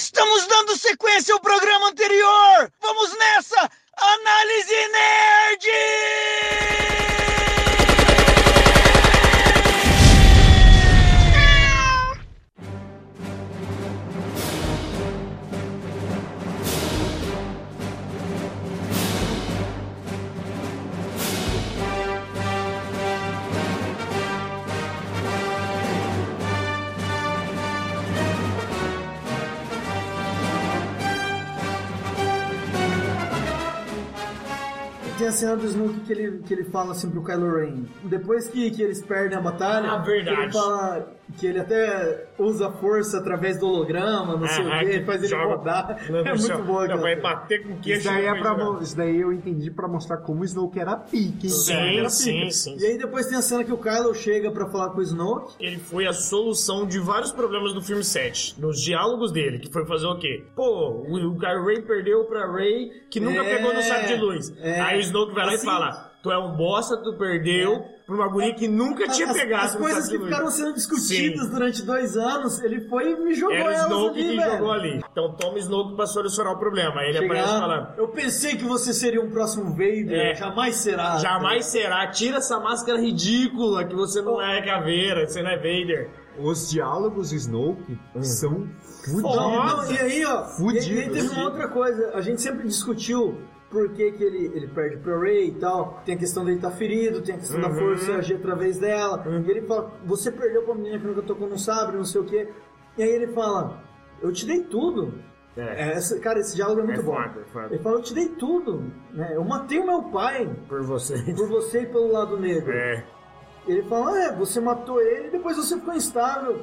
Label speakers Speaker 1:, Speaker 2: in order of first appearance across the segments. Speaker 1: Estamos dando sequência ao programa anterior! Vamos nessa! Análise Nerd!
Speaker 2: Tem a cena do Snoke que ele, que ele fala assim pro Kylo Ren. Depois que, que eles perdem a batalha,
Speaker 3: Ah, verdade.
Speaker 2: ele fala que ele até usa a força através do holograma, não sei o
Speaker 3: Aham,
Speaker 2: quê,
Speaker 3: que
Speaker 2: faz ele
Speaker 3: joga-
Speaker 2: rodar.
Speaker 3: Não,
Speaker 2: é
Speaker 3: não,
Speaker 2: muito bom
Speaker 3: não,
Speaker 2: aquela
Speaker 3: Vai
Speaker 2: cena.
Speaker 3: bater com queixo.
Speaker 4: Isso daí, é
Speaker 3: depois,
Speaker 4: pra,
Speaker 3: né?
Speaker 4: mo- isso daí eu entendi pra mostrar como o Snoke era pique, hein?
Speaker 3: Sim,
Speaker 4: Era
Speaker 3: sim,
Speaker 4: pique.
Speaker 3: sim.
Speaker 2: E aí depois tem a cena que o Kylo chega pra falar com o Snoke.
Speaker 3: Ele foi a solução de vários problemas do filme 7. Nos diálogos dele, que foi fazer o quê? Pô, o, o cara Ray perdeu pra Ray, que nunca
Speaker 2: É,
Speaker 3: pegou no saco de luz.
Speaker 2: é.
Speaker 3: Aí o Snoke vai lá
Speaker 2: Assim- É.
Speaker 3: e fala: Tu é um bosta, tu perdeu pra uma guria que nunca tinha
Speaker 2: As-
Speaker 3: pegado
Speaker 2: As
Speaker 3: no
Speaker 2: coisas
Speaker 3: saco
Speaker 2: que
Speaker 3: de luz.
Speaker 2: ficaram sendo discutidas
Speaker 3: Sim.
Speaker 2: durante dois anos, ele foi e me jogou
Speaker 3: Era o
Speaker 2: elas
Speaker 3: Snoke
Speaker 2: ali,
Speaker 3: que
Speaker 2: velho.
Speaker 3: jogou ali. Então toma Snoke pra solucionar o problema. Aí ele
Speaker 2: Chegar,
Speaker 3: aparece falando.
Speaker 2: Eu pensei que você seria um próximo Vader,
Speaker 3: É.
Speaker 2: jamais será.
Speaker 3: Jamais será. Tira essa máscara ridícula que você não é caveira, você não é Vader. Hum.
Speaker 4: Os diálogos Snoke são
Speaker 2: Ó,
Speaker 4: fudidos.
Speaker 2: e aí, ó,
Speaker 4: Fudido.
Speaker 2: e aí teve uma outra coisa, a gente sempre discutiu por que, que ele, ele perde pro Ray e tal, tem a questão dele estar ferido, tem a questão
Speaker 3: Uhum.
Speaker 2: da força agir através dela, e ele fala, você perdeu pra menina que nunca tocou no sabre, não sei o quê, e aí ele fala, eu te dei tudo. É, essa- cara, esse diálogo é muito
Speaker 3: É
Speaker 2: bom.
Speaker 3: foda, é foda.
Speaker 2: Ele fala, eu te dei tudo, né? eu matei o meu pai
Speaker 3: Por você.
Speaker 2: por você e pelo lado negro.
Speaker 3: É.
Speaker 2: Ele fala, ah, é, você matou ele, depois você ficou instável.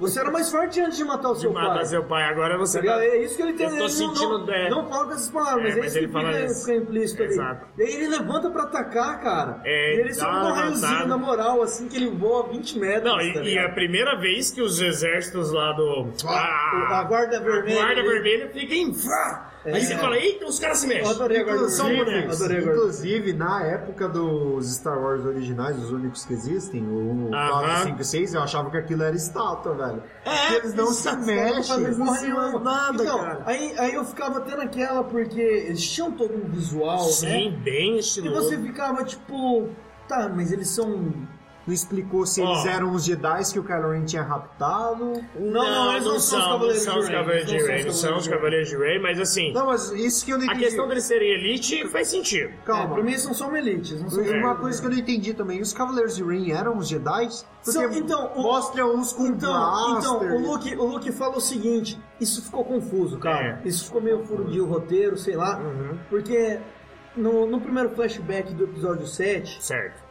Speaker 2: Você era mais forte antes de matar o
Speaker 3: De
Speaker 2: seu
Speaker 3: matar
Speaker 2: pai.
Speaker 3: seu pai, agora você.
Speaker 2: Tá ligado?
Speaker 3: tá-
Speaker 2: É isso que ele tem.
Speaker 3: Eu tô
Speaker 2: ele não-
Speaker 3: sentindo-
Speaker 2: não,
Speaker 3: é.
Speaker 2: não fala com essas
Speaker 3: É,
Speaker 2: palavras, é,
Speaker 3: mas
Speaker 2: isso
Speaker 3: ele
Speaker 2: que
Speaker 3: fala
Speaker 2: fica,
Speaker 3: isso.
Speaker 2: fica implícito ali.
Speaker 3: Exato.
Speaker 2: E aí ele levanta pra atacar, cara.
Speaker 3: É,
Speaker 2: e ele
Speaker 3: dá
Speaker 2: só
Speaker 3: uma
Speaker 2: dá um raiozinho
Speaker 3: levantada.
Speaker 2: na moral, assim, que ele voa 20 metros.
Speaker 3: Não,
Speaker 2: tá
Speaker 3: e, e
Speaker 2: ligado?
Speaker 3: a primeira vez que os exércitos lá do.
Speaker 2: Ah, A- a Guarda Vermelha.
Speaker 3: A guarda vermelha fica em. vá!
Speaker 2: É.
Speaker 3: Aí você fala, eita, os caras se
Speaker 2: Eu
Speaker 3: mexem.
Speaker 2: adorei a guarda
Speaker 3: São
Speaker 2: vermelha.
Speaker 3: bonecos.
Speaker 2: Adorei a guarda
Speaker 4: Inclusive, na época dos Star Wars originais, os únicos que existem, o
Speaker 3: Aham.
Speaker 4: 4, 5 e 6, eu achava que aquilo era estátua, velho. Porque eles não se
Speaker 2: É, Não
Speaker 4: mexem,
Speaker 2: fazem
Speaker 4: eles não
Speaker 2: porra
Speaker 4: se mexem
Speaker 2: nenhuma.
Speaker 4: nada,
Speaker 2: então,
Speaker 4: cara.
Speaker 2: Aí, aí eu ficava até naquela, porque eles tinham todo um visual, né?
Speaker 3: Sim, bem
Speaker 2: E
Speaker 3: estiloso.
Speaker 2: você ficava tipo, tá, mas eles são
Speaker 4: Não explicou se
Speaker 3: Ó.
Speaker 4: eles eram os Jedi que o Kylo Ren tinha raptado.
Speaker 2: Não, não, eles não são os Cavaleiros
Speaker 3: não são os
Speaker 2: de Rey.
Speaker 3: Cavaleiros de
Speaker 2: Não
Speaker 3: Rey. Não são os Cavaleiros de Rey, mas assim,
Speaker 4: Não, mas isso que eu não
Speaker 3: a
Speaker 4: entendi.
Speaker 3: questão deles serem elite faz sentido.
Speaker 4: Calma.
Speaker 2: É, pra mim eles não são uma elite, eles não são
Speaker 4: Uma
Speaker 3: É.
Speaker 4: coisa que eu não entendi também, os Cavaleiros de Ren eram os Jedi? Porque
Speaker 2: São- então, o-
Speaker 4: mostra uns com
Speaker 2: Então, então
Speaker 4: blaster.
Speaker 2: o, Luke, o Luke fala o seguinte: isso ficou confuso, cara.
Speaker 3: É.
Speaker 2: Isso ficou meio furo de roteiro, sei lá. Porque no, no primeiro flashback do episódio 7,
Speaker 3: Certo.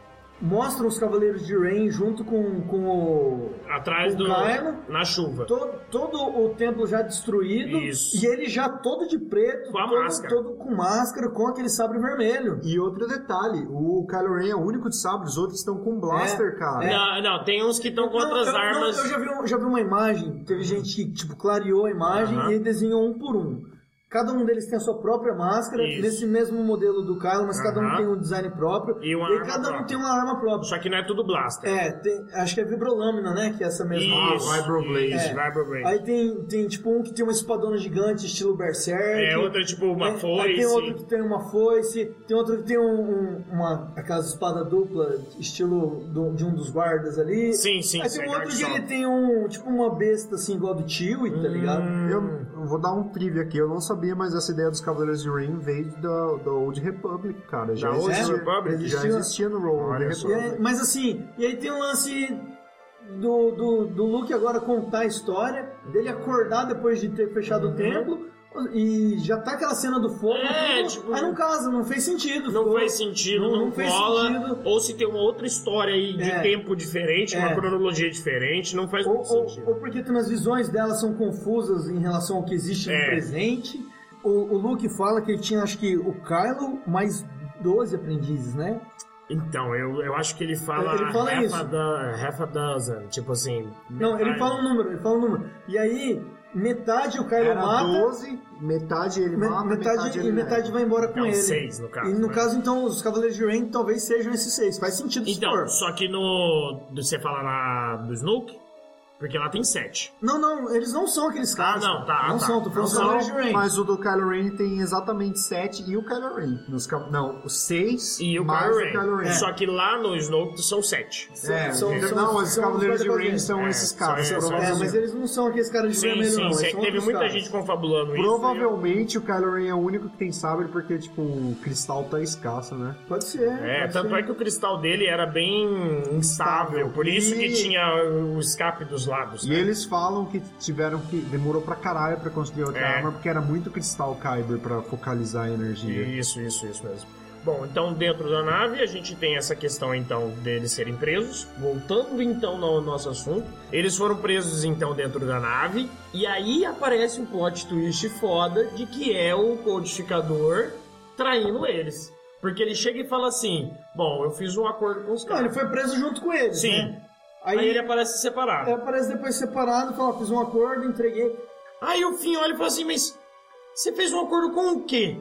Speaker 2: mostram os Cavaleiros de Rain junto com, com o.
Speaker 3: Atrás
Speaker 2: O é-
Speaker 3: do.
Speaker 2: Kylo?
Speaker 3: Na chuva.
Speaker 2: Todo, todo o templo já destruído
Speaker 3: Isso.
Speaker 2: e ele já todo de preto,
Speaker 3: Com a
Speaker 2: todo,
Speaker 3: máscara.
Speaker 2: todo com máscara, com aquele sabre vermelho.
Speaker 4: E outro detalhe, o Kylo Ren é o único de sabre, os outros estão com
Speaker 2: É,
Speaker 4: blaster, cara.
Speaker 3: Não, não, tem uns que estão com
Speaker 2: Não,
Speaker 3: outras
Speaker 2: eu, não,
Speaker 3: armas.
Speaker 2: eu já vi, um- já vi uma imagem, teve gente que tipo, clareou a imagem
Speaker 3: Aham.
Speaker 2: e desenhou um por um. Cada um deles tem a sua própria máscara,
Speaker 3: Isso.
Speaker 2: nesse mesmo modelo do Kylo, mas cada um
Speaker 3: Aham.
Speaker 2: tem um design próprio.
Speaker 3: E uma
Speaker 2: aí
Speaker 3: arma
Speaker 2: cada um
Speaker 3: própria.
Speaker 2: tem uma arma própria.
Speaker 3: Só que não é tudo blaster.
Speaker 2: É, tem- acho que é vibrolâmina, né? Que é essa mesma
Speaker 3: Isso,
Speaker 4: Ah, Vibroblade.
Speaker 3: isso,
Speaker 2: É.
Speaker 3: Vibroblade.
Speaker 2: Aí tem, tem tipo um que tem uma espadona gigante, estilo Berserk.
Speaker 3: É, outra tipo uma
Speaker 2: Tem-
Speaker 3: foice.
Speaker 2: Aí tem outro que tem uma foice, tem outro que tem um, um- uma, aquela espada dupla, estilo do- de um dos guardas ali.
Speaker 3: Sim, sim,
Speaker 2: Aí
Speaker 3: sim,
Speaker 2: tem um
Speaker 3: é
Speaker 2: outro que
Speaker 3: Dark
Speaker 2: ele
Speaker 3: Shot.
Speaker 2: tem um, tipo uma besta assim, igual do tio, tá
Speaker 3: Hum,
Speaker 2: ligado?
Speaker 4: Eu, eu vou dar um trivia aqui, eu não sabia, mas essa ideia dos Cavaleiros de Rain veio da, da Old Republic, cara. Já
Speaker 3: Da Old
Speaker 4: existia,
Speaker 3: Republic?
Speaker 4: Já existia no Roll
Speaker 3: Olha
Speaker 4: Old
Speaker 3: só.
Speaker 2: E aí-
Speaker 4: Republic.
Speaker 2: mas assim, e aí tem um lance do, do, do Luke agora contar a história, dele acordar depois de ter fechado
Speaker 3: Uhum.
Speaker 2: o templo. E já tá aquela cena do fogo.
Speaker 3: É,
Speaker 2: tudo,
Speaker 3: tipo,
Speaker 2: aí não casa, não fez sentido.
Speaker 3: Não
Speaker 2: ficou-
Speaker 3: faz sentido,
Speaker 2: não-
Speaker 3: não,
Speaker 2: não fez
Speaker 3: cola.
Speaker 2: sentido.
Speaker 3: Ou se tem uma outra história aí de
Speaker 2: É.
Speaker 3: tempo diferente,
Speaker 2: É.
Speaker 3: uma cronologia diferente, não faz
Speaker 2: Ou,
Speaker 3: muito
Speaker 2: ou-
Speaker 3: sentido.
Speaker 2: ou porque também as visões dela são confusas em relação ao que existe no
Speaker 3: É.
Speaker 2: presente. O, o Luke fala que ele tinha, acho que, o Kylo mais 12 aprendizes, né?
Speaker 3: Então, eu, eu acho que ele fala,
Speaker 2: Ele fala
Speaker 3: half,
Speaker 2: isso.
Speaker 3: A do- half a dozen, tipo assim.
Speaker 2: Não, ele
Speaker 3: metade.
Speaker 2: fala um número, ele fala um número. E aí, metade o Kylo
Speaker 4: Era
Speaker 2: mata,
Speaker 4: 12, metade ele
Speaker 2: me-
Speaker 4: mata,
Speaker 2: metade,
Speaker 4: ele
Speaker 2: e metade
Speaker 4: leva.
Speaker 2: vai embora com
Speaker 3: Não,
Speaker 2: ele.
Speaker 3: é um seis, no caso,
Speaker 2: E no
Speaker 3: né?
Speaker 2: caso, então, os Cavaleiros de Rain talvez sejam esses seis. Faz sentido
Speaker 3: Então,
Speaker 2: supor.
Speaker 3: só que no. do- Você fala na, do Snoke? Porque lá tem sete.
Speaker 2: Não, não, eles não são aqueles caras.
Speaker 3: Ah, não,
Speaker 2: cara.
Speaker 3: tá,
Speaker 2: Não
Speaker 3: tá.
Speaker 2: são, tô falando
Speaker 3: Não
Speaker 2: dos
Speaker 3: são,
Speaker 2: Cavaleiros de Rain.
Speaker 4: Mas o do Kylo Ren tem exatamente 7 e o Kylo Ren. Nos cap- Não, os 6
Speaker 3: E o Kylo
Speaker 4: mais o Kylo Ren.
Speaker 2: É,
Speaker 3: Ren. Só que lá no Snoke são sete.
Speaker 2: São-
Speaker 4: É,
Speaker 2: são-
Speaker 4: então,
Speaker 2: são-
Speaker 4: não, os
Speaker 2: são
Speaker 4: Cavaleiros de
Speaker 2: Cavaleiros
Speaker 4: Rain
Speaker 2: de
Speaker 4: são
Speaker 3: É,
Speaker 4: esses
Speaker 3: são-
Speaker 4: caras.
Speaker 3: é,
Speaker 4: são-
Speaker 3: são-
Speaker 2: É, mas eles não são aqueles caras de
Speaker 3: Sim,
Speaker 2: vermelho, não.
Speaker 3: sim,
Speaker 2: eles
Speaker 3: sim. É
Speaker 2: são
Speaker 3: que teve
Speaker 2: outros
Speaker 3: muita
Speaker 2: caras.
Speaker 3: gente confabulando isso.
Speaker 4: Provavelmente o Kylo Ren é o único que tem sabre porque, tipo, o cristal tá escasso, né?
Speaker 2: Pode ser.
Speaker 3: É,
Speaker 2: pode
Speaker 3: tanto
Speaker 2: ser.
Speaker 3: é que o cristal dele era bem instável, por isso que
Speaker 4: E-
Speaker 3: tinha o escape dos lados.
Speaker 4: E
Speaker 3: né?
Speaker 4: eles falam que tiveram que. Demorou pra caralho pra construir outra
Speaker 3: É.
Speaker 4: arma, porque era muito cristal Kyber pra focalizar a energia.
Speaker 3: Isso, isso, isso mesmo. Bom, então dentro da nave a gente tem essa questão então deles serem presos. Voltando então ao nosso assunto, eles foram presos então dentro da nave e aí aparece um plot twist foda de que é o codificador traindo eles. Porque ele chega e fala assim: "Bom, eu fiz um acordo com os
Speaker 2: Não,
Speaker 3: caras".
Speaker 2: ele foi preso junto com eles,
Speaker 3: Sim.
Speaker 2: né?
Speaker 3: Aí,
Speaker 2: Aí, É.
Speaker 3: ele é aparece separado.
Speaker 2: ele aparece depois separado, fala, fiz um acordo, entreguei.
Speaker 3: Aí o Finn olha e fala assim, mas você fez um acordo com o quê?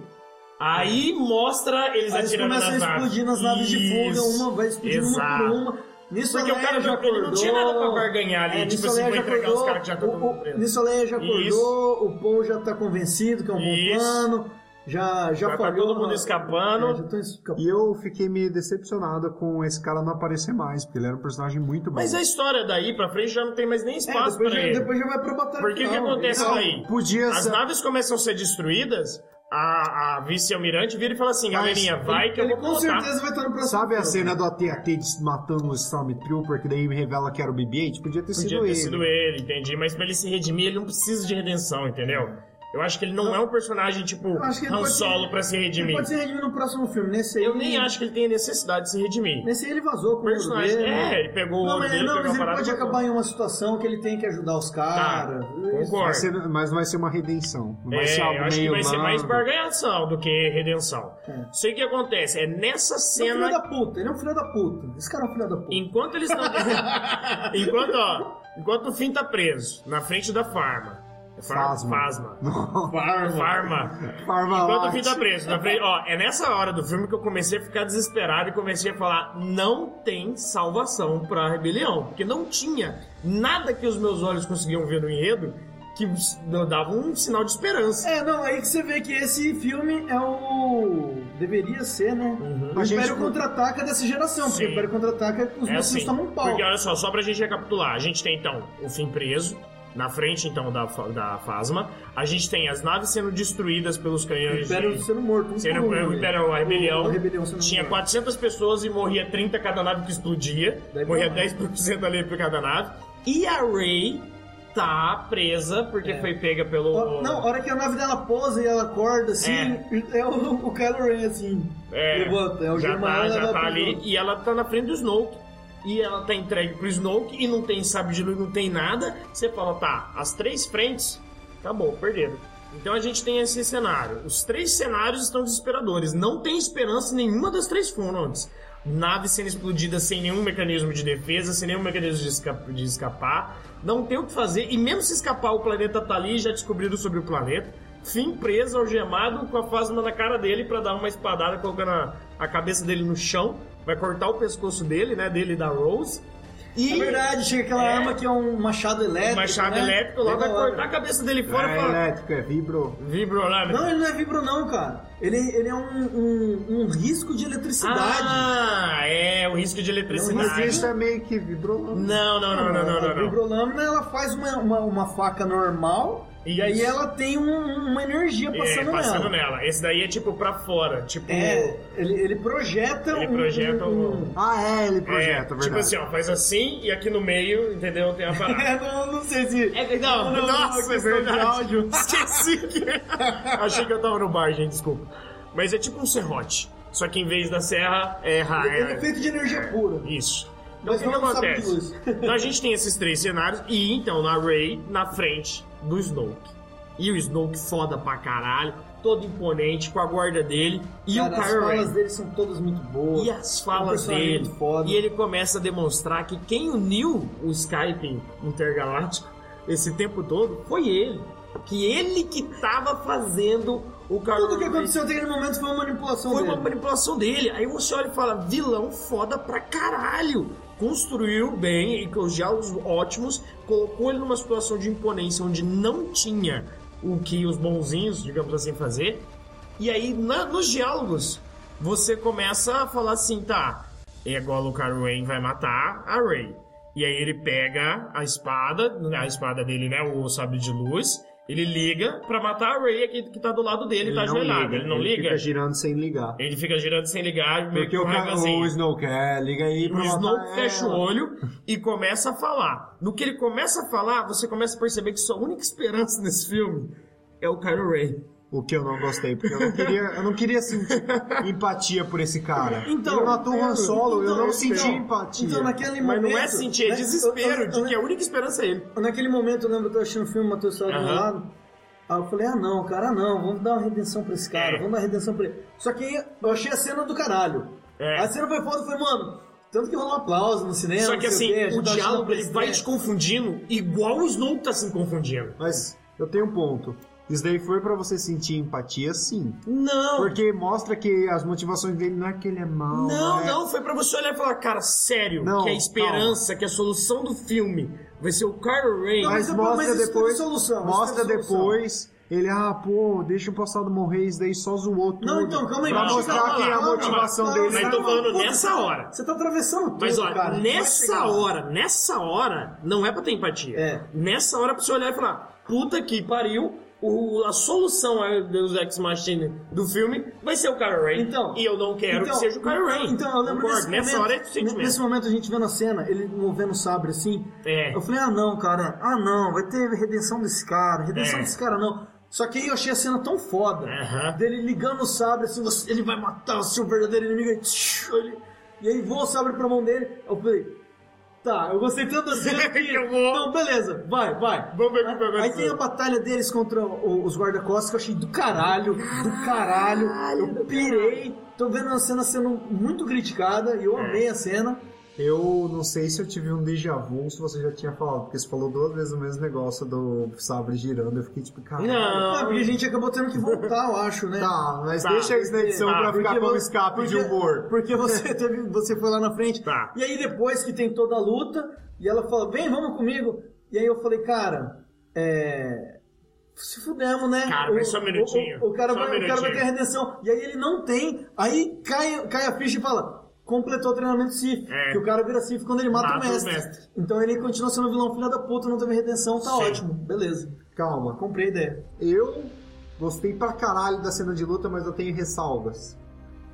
Speaker 3: Aí mostra eles
Speaker 2: É. Aí eles
Speaker 3: atirando
Speaker 2: começam a
Speaker 3: nas naves.
Speaker 2: explodir nas naves de fuga,
Speaker 3: Isso.
Speaker 2: uma vai explodindo
Speaker 3: Exato.
Speaker 2: uma por uma. Nisso
Speaker 3: Porque
Speaker 2: a
Speaker 3: o é um cara
Speaker 2: Leia já
Speaker 3: não- ele
Speaker 2: acordou.
Speaker 3: não tinha nada pra barganhar ali,
Speaker 2: É,
Speaker 3: tipo
Speaker 2: nisso a
Speaker 3: assim,
Speaker 2: Leia
Speaker 3: vou
Speaker 2: já
Speaker 3: entregar
Speaker 2: acordou,
Speaker 3: os caras que já tá todo
Speaker 2: o- o-
Speaker 3: mundo preso.
Speaker 2: Nisso a Leia já acordou,
Speaker 3: Isso.
Speaker 2: o Paul já tá convencido que é um bom
Speaker 3: Isso.
Speaker 2: plano, já, já,
Speaker 3: Já tá
Speaker 2: falhou.
Speaker 3: todo mundo
Speaker 2: na-
Speaker 3: escapando.
Speaker 2: É, já tão escapando.
Speaker 4: E eu fiquei meio decepcionado com esse cara não aparecer mais, porque ele era um personagem muito bom.
Speaker 3: Mas a história daí pra frente já não tem mais nem
Speaker 2: É,
Speaker 3: espaço
Speaker 2: depois,
Speaker 3: pra
Speaker 2: já,
Speaker 3: ele.
Speaker 2: depois já vai pra batalha
Speaker 3: Porque o que
Speaker 2: final.
Speaker 3: acontece
Speaker 2: Então,
Speaker 3: aí?
Speaker 4: Podia
Speaker 3: As
Speaker 4: ser.
Speaker 3: naves começam a ser destruídas, a, a vice-almirante vira e fala assim,
Speaker 4: Mas
Speaker 3: galerinha, vai que eu
Speaker 2: Ele
Speaker 3: vou
Speaker 2: com
Speaker 3: pilotar.
Speaker 2: certeza vai estar no próximo
Speaker 4: Sabe a
Speaker 2: filme.
Speaker 4: cena do AT-AT matando o Stormtrooper, que daí me revela que era o BB-8? Podia ter
Speaker 3: Podia
Speaker 4: sido
Speaker 3: ter
Speaker 4: ele.
Speaker 3: sido ele, entendi. Mas pra ele se redimir, ele não precisa de redenção, entendeu? Eu acho que ele não, é um personagem tipo
Speaker 2: Eu acho que ele
Speaker 3: Han
Speaker 2: pode ser-
Speaker 3: Solo pra se
Speaker 2: Ele
Speaker 3: redimir.
Speaker 2: pode ser redimido no próximo filme. Nesse aí,
Speaker 3: Eu nem acho que ele tenha necessidade de se redimir.
Speaker 2: Nesse aí ele vazou com
Speaker 3: O
Speaker 2: o
Speaker 3: personagem,
Speaker 2: ouro dele. né?
Speaker 3: é, ele pegou o
Speaker 2: Não,
Speaker 3: ouro
Speaker 2: mas,
Speaker 3: dele,
Speaker 2: não,
Speaker 3: pegou
Speaker 2: mas
Speaker 3: a
Speaker 2: ele
Speaker 3: parada.
Speaker 2: pode
Speaker 3: e
Speaker 2: acabar em uma situação que ele tem que ajudar os caras. é Isso.
Speaker 4: Vai
Speaker 3: Concordo.
Speaker 4: ser- mas vai ser uma redenção. Não vai
Speaker 3: É,
Speaker 4: ser algo
Speaker 3: eu acho que
Speaker 4: meio
Speaker 3: vai ser mais
Speaker 4: largo.
Speaker 3: barganhação do que redenção.
Speaker 2: É.
Speaker 3: Sei o que acontece, é nessa
Speaker 2: Ele é um
Speaker 3: cena,
Speaker 2: filho da puta, ele é um filho da puta. Esse cara é um filho da puta.
Speaker 3: enquanto eles estão... enquanto, ó, enquanto o Finn tá preso, na frente da Farma. Far-
Speaker 4: Phasma.
Speaker 3: Phasma.
Speaker 4: Não,
Speaker 3: Farma. Enquanto o
Speaker 4: Parmalat.
Speaker 3: Finn tá preso, na frente, ó, é nessa hora do filme que eu comecei a ficar desesperado e comecei a falar: não tem salvação pra rebelião. Porque não tinha nada que os meus olhos conseguiam ver no enredo que s- dava um sinal de esperança.
Speaker 2: É, não, aí que você vê que esse filme é o. Deveria ser, né?
Speaker 3: Uhum.
Speaker 2: O
Speaker 4: A gente-
Speaker 2: Império Contra-Ataca dessa geração, porque
Speaker 3: Sim.
Speaker 2: o Império Contra-Ataca os
Speaker 3: É
Speaker 2: é
Speaker 3: assim,
Speaker 2: tomam um pau.
Speaker 3: porque olha só, só pra gente recapitular: a gente tem então o Finn preso. Na frente, então, da, fa- da Fasma, a gente tem as naves sendo destruídas pelos
Speaker 2: O
Speaker 3: canhões.
Speaker 2: Império
Speaker 3: de...
Speaker 2: sendo morto. Um
Speaker 3: Sendo
Speaker 2: por um,
Speaker 3: o
Speaker 2: né?
Speaker 3: Império, a rebelião,
Speaker 2: A rebelião sendo
Speaker 3: Tinha
Speaker 2: morta.
Speaker 3: 400 pessoas e morria 30 cada nave que explodia.
Speaker 2: Daí um.
Speaker 3: morria
Speaker 2: pra lá.
Speaker 3: 10% ali por cada nave. E a Ray tá presa porque
Speaker 2: É.
Speaker 3: foi pega pelo.
Speaker 2: Ó, Não, a hora que a nave dela posa e ela acorda assim, é, o, o Kylo Ren assim.
Speaker 3: É.
Speaker 2: Levanta, é o
Speaker 3: já
Speaker 2: Germano.
Speaker 3: tá, já
Speaker 2: ela
Speaker 3: tá ali.
Speaker 2: levanta.
Speaker 3: E ela tá na frente do Snoke. E ela tá entregue pro Snoke e não tem sabre de luz, não tem nada. Você fala, tá, as três frentes, acabou, perderam. Então a gente tem esse cenário. Os três cenários estão desesperadores. Não tem esperança em nenhuma das três frontes. Nave sendo explodida sem nenhum mecanismo de defesa, sem nenhum mecanismo de, esca- de escapar. Não tem o que fazer. E mesmo se escapar, o planeta tá ali, já descobriram sobre o planeta. Fim preso, algemado, com a Fasma na cara dele pra dar uma espadada, colocando a, a cabeça dele no chão. Vai cortar o pescoço dele, né? Dele e da Rose.
Speaker 2: É
Speaker 3: E
Speaker 2: verdade, chega aquela
Speaker 3: É.
Speaker 2: arma que é um machado elétrico.
Speaker 3: o machado
Speaker 2: né?
Speaker 3: elétrico lá
Speaker 2: Bem
Speaker 3: vai
Speaker 2: da hora.
Speaker 3: cortar a cabeça dele fora né?"
Speaker 4: É
Speaker 3: e falar.
Speaker 4: elétrico, é vibro.
Speaker 3: Vibrolâmetro.
Speaker 2: né? Não, ele não é vibro, não, cara. Ele, ele é um, um, um risco de eletricidade.
Speaker 3: Ah, é, o risco de
Speaker 4: Mas
Speaker 3: eletricidade.
Speaker 4: isso é meio que vibro.
Speaker 3: Não, não, não, não, não,
Speaker 2: A
Speaker 3: não, não.
Speaker 2: vibrolâmina né? ela faz uma, uma, uma faca normal e aí
Speaker 3: Isso.
Speaker 2: ela tem um- uma energia
Speaker 3: É,
Speaker 2: passando,
Speaker 3: passando
Speaker 2: nela.
Speaker 3: nela. Esse daí é tipo pra fora. Tipo.
Speaker 2: É, ele, ele projeta
Speaker 3: Ele
Speaker 2: um-
Speaker 3: projeta
Speaker 2: um- um-
Speaker 4: Ah, é, ele
Speaker 3: é,
Speaker 4: projeta,
Speaker 3: tipo
Speaker 4: verdade.
Speaker 3: assim, ó, faz assim e aqui no meio, entendeu? Tem a parada.
Speaker 2: É, não, não sei se.
Speaker 3: É, não,
Speaker 2: Não, não,
Speaker 3: nossa, é
Speaker 2: questão de
Speaker 3: verdade.
Speaker 2: áudio.
Speaker 3: Esqueci que. Achei que eu tava no bar, gente, desculpa. Mas é tipo um serrote. Só que em vez da serra, é raio.
Speaker 2: Ele é feito de energia pura.
Speaker 3: Isso. Então o
Speaker 2: Mas
Speaker 3: que, que
Speaker 2: não sabe de
Speaker 3: acontece?
Speaker 2: luz.
Speaker 3: Então a gente tem esses três cenários e então na Ray na frente do Snoke. E o Snoke foda pra caralho, todo imponente com a guarda dele e
Speaker 2: Cara,
Speaker 3: o
Speaker 2: as
Speaker 3: Kylo
Speaker 2: falas
Speaker 3: Ren.
Speaker 2: dele são todas muito boas.
Speaker 3: E as
Speaker 2: É um
Speaker 3: falas
Speaker 2: personagem
Speaker 3: dele.
Speaker 2: muito foda.
Speaker 3: E ele começa a demonstrar que quem uniu o Skype intergaláctico esse tempo todo foi ele. Que ele que tava fazendo o Kylo
Speaker 2: Tudo que
Speaker 3: Ren.
Speaker 2: aconteceu naquele momento foi uma manipulação
Speaker 3: Foi
Speaker 2: dele.
Speaker 3: uma manipulação dele. Aí você olha e fala, vilão foda pra caralho. construiu bem e com os diálogos ótimos, colocou ele numa situação de imponência onde não tinha o que os bonzinhos, digamos assim, fazer. E aí, na- nos diálogos, você começa a falar assim, tá, e agora o Carwayne vai matar a Ray. E aí ele pega a espada, a espada dele, né, o sabre de luz, ele liga pra matar a Ray que, que tá do lado dele, tá ajoelhada. Ele não liga?
Speaker 4: Fica girando sem ligar.
Speaker 3: Ele fica girando sem ligar, meio
Speaker 4: Porque
Speaker 3: que
Speaker 4: o,
Speaker 3: com
Speaker 4: ca...
Speaker 3: raiva assim.
Speaker 4: o Snoke, "Ah, é, liga aí é, pra
Speaker 3: O
Speaker 4: matar
Speaker 3: Snoke fecha o
Speaker 4: ela.
Speaker 3: olho e começa a falar. No que ele começa a falar, você começa a perceber que sua única esperança nesse filme é o Kylo Ren.
Speaker 4: O que eu não gostei, porque eu não queria, eu não queria sentir empatia por esse cara.
Speaker 3: Então,
Speaker 4: ele matou o Han Solo, eu
Speaker 2: então,
Speaker 4: não
Speaker 2: então,
Speaker 4: senti empatia.
Speaker 2: Então, naquele
Speaker 3: Mas
Speaker 2: momento.
Speaker 3: não é sentir, é
Speaker 2: né,
Speaker 3: desespero
Speaker 2: eu- eu-
Speaker 3: de que a única esperança é ele.
Speaker 2: Naquele momento, eu lembro, eu tô assistindo o filme, o Matheus estava do meu
Speaker 3: Aham.
Speaker 2: lado. Aí eu falei, ah não, cara, ah, não, vamos dar uma redenção pra esse cara,
Speaker 3: É.
Speaker 2: vamos dar redenção pra ele. Só que aí eu achei a cena do caralho.
Speaker 3: É.
Speaker 2: A cena foi foda, foi, mano, tanto que rolou um aplauso no cinema.
Speaker 3: Só
Speaker 2: não
Speaker 3: que
Speaker 2: sei
Speaker 3: assim,
Speaker 2: quê, a gente
Speaker 3: o
Speaker 2: tava
Speaker 3: diálogo
Speaker 2: achando
Speaker 3: ele vai te
Speaker 2: besteira.
Speaker 3: confundindo igual o Snoke tá se confundindo.
Speaker 4: Mas eu tenho um ponto. Isso daí foi pra você sentir empatia, sim.
Speaker 3: Não!
Speaker 4: Porque mostra que as motivações dele não é que ele é mau.
Speaker 3: Não,
Speaker 4: é-
Speaker 3: não, foi pra você olhar e falar, cara, sério,
Speaker 4: Não,
Speaker 3: que a esperança, que a solução do filme vai ser o Kylo Ren.
Speaker 2: Não,
Speaker 4: Mas,
Speaker 2: mas eu-
Speaker 4: mostra
Speaker 2: mas isso teve
Speaker 4: depois.
Speaker 2: solução, isso
Speaker 4: mostra
Speaker 2: teve solução.
Speaker 4: depois. Ele, ah, pô, deixa o passado morrer, isso daí só zoou tudo.
Speaker 2: Não, então, calma aí,
Speaker 4: Pra
Speaker 3: Não,
Speaker 4: mostrar
Speaker 3: calma
Speaker 4: que
Speaker 3: lá,
Speaker 4: a
Speaker 3: calma lá.
Speaker 4: motivação
Speaker 2: Não,
Speaker 4: dele
Speaker 3: Mas
Speaker 2: não,
Speaker 3: tô
Speaker 2: não,
Speaker 3: falando
Speaker 2: puta,
Speaker 3: nessa
Speaker 2: você tá-
Speaker 3: hora.
Speaker 2: Você tá atravessando tudo,
Speaker 3: Mas olha,
Speaker 2: cara, a gente vai
Speaker 3: nessa
Speaker 2: chegar lá.
Speaker 3: hora, nessa hora, não é pra ter empatia.
Speaker 2: É.
Speaker 3: Nessa hora é pra você olhar e falar, puta que pariu, o- a solução é Deus Ex Machina do filme vai ser o Kylo Ren.
Speaker 2: Então,
Speaker 3: e eu não quero
Speaker 2: então,
Speaker 3: que seja o Kylo Ren.
Speaker 2: Então, eu lembro nesse
Speaker 3: Concordo, Nessa
Speaker 2: momento,
Speaker 3: hora é sentimento.
Speaker 2: Nesse momento a gente vendo a cena, ele movendo o sabre assim.
Speaker 3: É.
Speaker 2: Eu falei, ah não, cara, ah não, vai ter redenção desse cara, redenção
Speaker 3: É.
Speaker 2: desse cara não. Só que aí eu achei a cena tão foda,
Speaker 3: Aham.
Speaker 2: dele ligando o sabre assim, você- ele vai matar o seu verdadeiro inimigo, aí, tchiu, ele- e aí voa o sabre pra mão dele. Eu falei, tá, eu gostei tanto da cena que...
Speaker 3: Eu vou.
Speaker 2: Não, beleza, vai, vai.
Speaker 3: Vamos ver o que vai
Speaker 2: Aí
Speaker 3: acontecer.
Speaker 2: tem a batalha deles contra o- os guarda-costas que eu achei do caralho, do caralho. Eu pirei. Tô vendo a cena sendo muito criticada e eu
Speaker 3: É.
Speaker 2: amei a cena.
Speaker 4: Eu não sei se eu tive um déjà vu, se você já tinha falado, porque você falou duas vezes o mesmo negócio do sabre girando, eu fiquei tipo, cara.
Speaker 3: Não.
Speaker 2: Ah, porque a gente acabou tendo que voltar, eu acho, né?
Speaker 4: Tá, mas
Speaker 3: Tá.
Speaker 4: deixa isso na edição
Speaker 3: Tá,
Speaker 4: pra
Speaker 2: Porque
Speaker 4: ficar como
Speaker 2: vo-
Speaker 4: escape de
Speaker 2: porque-
Speaker 4: humor.
Speaker 2: Porque você teve, você foi lá na frente.
Speaker 3: Tá.
Speaker 2: E aí depois que tem toda a luta, e ela fala, vem, vamos comigo. E aí eu falei, cara, é. Se fudemos, né?
Speaker 3: Cara, mas só um minutinho,
Speaker 2: O, o cara
Speaker 3: só um
Speaker 2: vai, o cara vai
Speaker 3: minutinho.
Speaker 2: ter a redenção. E aí ele não tem. Aí cai, cai a ficha e fala. Completou o treinamento Sif.
Speaker 3: É.
Speaker 2: Que o cara vira Sif quando ele mata,
Speaker 3: Mata
Speaker 2: o,
Speaker 3: o
Speaker 2: mestre.
Speaker 3: mestre.
Speaker 2: Então ele continua sendo vilão filha da puta, não teve redenção, tá
Speaker 3: Sim.
Speaker 2: ótimo. Beleza.
Speaker 4: Calma.
Speaker 2: Comprei a ideia.
Speaker 4: Eu gostei pra caralho da cena de luta, mas eu tenho ressalvas.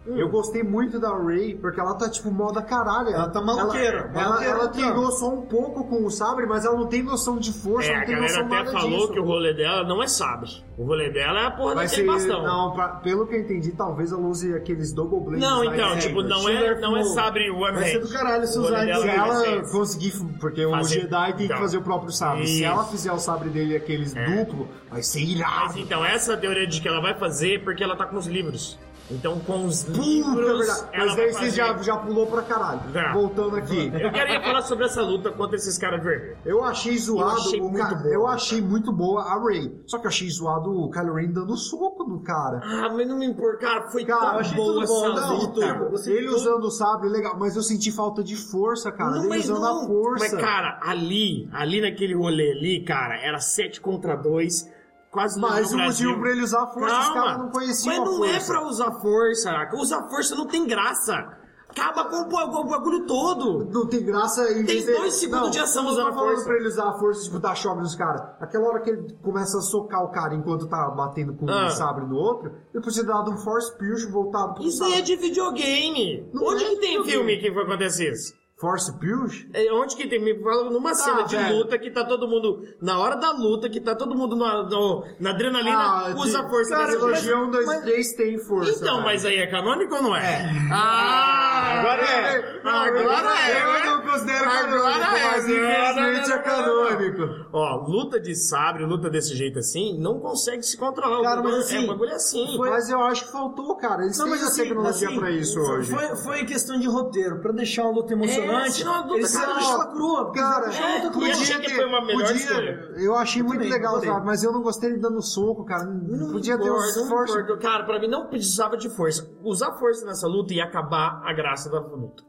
Speaker 3: Hum.
Speaker 4: Eu gostei muito da Ray, porque ela tá tipo mó da caralho.
Speaker 2: Ela tá maluqueira, maluqueira,
Speaker 4: Ela, ela,
Speaker 3: tá.
Speaker 4: ela
Speaker 2: maluqueira.
Speaker 4: treinou só um pouco com o sabre, mas ela não tem noção de força,
Speaker 3: É,
Speaker 4: não
Speaker 3: a
Speaker 4: tem
Speaker 3: galera
Speaker 4: noção
Speaker 3: até
Speaker 4: nada
Speaker 3: falou
Speaker 4: disso.
Speaker 3: que o rolê dela não é sabre. O rolê dela é a porra
Speaker 4: Vai
Speaker 3: daquele
Speaker 4: ser,
Speaker 3: bastão.
Speaker 4: não, pra- pelo que eu entendi, talvez ela use aqueles double blades.
Speaker 3: Não,
Speaker 4: lá
Speaker 3: então,
Speaker 4: em
Speaker 3: tipo,
Speaker 4: cima.
Speaker 3: não é, não é sabre one
Speaker 2: Vai ser do
Speaker 3: hand.
Speaker 2: caralho se
Speaker 3: O
Speaker 2: usar
Speaker 3: olho
Speaker 4: Se
Speaker 3: dela
Speaker 2: em-
Speaker 4: ela
Speaker 3: Fazer-
Speaker 4: conseguir, porque o
Speaker 3: Fazer-
Speaker 4: Jedi tem
Speaker 3: Então.
Speaker 4: que fazer o próprio sabre. Se
Speaker 3: Isso. É.
Speaker 4: ela fizer o sabre dele aqueles duplo, vai ser irado.
Speaker 3: Mas então, essa teoria de que ela vai fazer porque ela tá com os livros. Então, com os
Speaker 4: Puta, é
Speaker 3: livros.
Speaker 4: verdade.
Speaker 3: ela
Speaker 4: Mas daí
Speaker 3: vai
Speaker 4: você já,
Speaker 3: fazer. É.
Speaker 4: já pulou pra caralho.
Speaker 3: Já.
Speaker 4: Voltando aqui.
Speaker 3: Eu queria falar sobre essa luta contra esses caras de vermelho.
Speaker 4: Eu achei zoado.
Speaker 3: Eu achei
Speaker 4: o
Speaker 3: muito
Speaker 4: cara,
Speaker 3: boa.
Speaker 4: eu achei muito boa a Ray. Só que eu achei zoado o Kylo Ren dando soco no cara.
Speaker 3: Ah, mas não me importa, cara. Foi
Speaker 4: Cara, eu
Speaker 3: tão
Speaker 4: achei
Speaker 3: boa
Speaker 2: tudo bom,
Speaker 3: essa
Speaker 2: não,
Speaker 3: luta.
Speaker 2: cara. Eu senti
Speaker 4: ele
Speaker 2: tudo.
Speaker 4: usando o sabre, legal, mas eu senti falta de força, cara.
Speaker 3: Não,
Speaker 4: ele
Speaker 3: mas
Speaker 4: usando
Speaker 3: não.
Speaker 4: a força.
Speaker 3: Mas, cara, ali, ali naquele rolê ali, cara, era 7 contra 2. Quase não
Speaker 4: Mas
Speaker 3: no
Speaker 4: o
Speaker 3: Brasil.
Speaker 4: motivo pra ele usar a força, os
Speaker 3: Calma.
Speaker 4: caras não conheciam
Speaker 3: Mas
Speaker 4: a
Speaker 3: não
Speaker 4: um força.
Speaker 3: é pra usar força, Araca. Usar força não tem graça. Acaba com o ba- com o bagulho todo.
Speaker 4: Não tem graça
Speaker 3: Tem
Speaker 4: em vez de-
Speaker 3: dois segundos
Speaker 4: Não,
Speaker 3: de ação
Speaker 4: eu tô
Speaker 3: usando a
Speaker 4: falando
Speaker 3: força.
Speaker 4: pra ele usar a força tipo, dar choque nos caras. Aquela hora que ele começa a socar o cara enquanto tá batendo com
Speaker 3: Ah.
Speaker 4: um sabre no outro, ele podia dar um force push voltado pro
Speaker 3: Isso
Speaker 4: sabre.
Speaker 3: aí é de videogame.
Speaker 4: Não
Speaker 3: Onde
Speaker 4: é
Speaker 3: que
Speaker 4: de
Speaker 3: tem filme
Speaker 4: videogame.
Speaker 3: que acontece isso?
Speaker 4: Force push?
Speaker 3: É, Onde que tem? Me fala numa cena de
Speaker 4: velho.
Speaker 3: luta que tá todo mundo. Na hora da luta, que tá todo mundo na, no- na adrenalina, usa a força
Speaker 4: Ah, Cara, é
Speaker 3: desse jeito.
Speaker 4: trilogia 1, 2, 3 tem força.
Speaker 3: Então,
Speaker 4: velho.
Speaker 3: mas aí é canônico ou não é? Ah!
Speaker 4: Agora é.
Speaker 3: Agora é!
Speaker 4: Eu não considero
Speaker 3: Agora
Speaker 4: canônico,
Speaker 3: é.
Speaker 4: mas
Speaker 3: Não, não,
Speaker 4: infelizmente
Speaker 3: não,
Speaker 4: é canônico.
Speaker 3: Ó, luta de sabre, luta desse jeito assim, não consegue se controlar. O
Speaker 2: Cara,
Speaker 3: bagulho-
Speaker 2: mas assim,
Speaker 3: é, o bagulho é assim.
Speaker 4: Mas eu acho que faltou, cara. Eles têm a tecnologia pra isso
Speaker 2: assim, foi,
Speaker 4: hoje.
Speaker 2: Foi, foi questão de roteiro, pra deixar uma luta
Speaker 3: É,
Speaker 2: emocionante.
Speaker 3: senão a luta
Speaker 2: eles
Speaker 3: acaba-
Speaker 2: fizeram deixar ela crua, porque
Speaker 4: Cara,
Speaker 2: eles deixaram a luta
Speaker 3: é,
Speaker 2: crua.
Speaker 3: podia- achei que foi uma melhor escolha.
Speaker 4: Eu achei muito
Speaker 2: também,
Speaker 4: legal,
Speaker 2: gostei.
Speaker 4: sabe? Mas eu não gostei ele dando soco, cara.
Speaker 3: Não
Speaker 4: podia
Speaker 3: importa,
Speaker 4: ter um
Speaker 3: não
Speaker 4: forte.
Speaker 3: importa. Cara, pra mim não precisava de força. Usar força nessa luta ia acabar a graça da luta.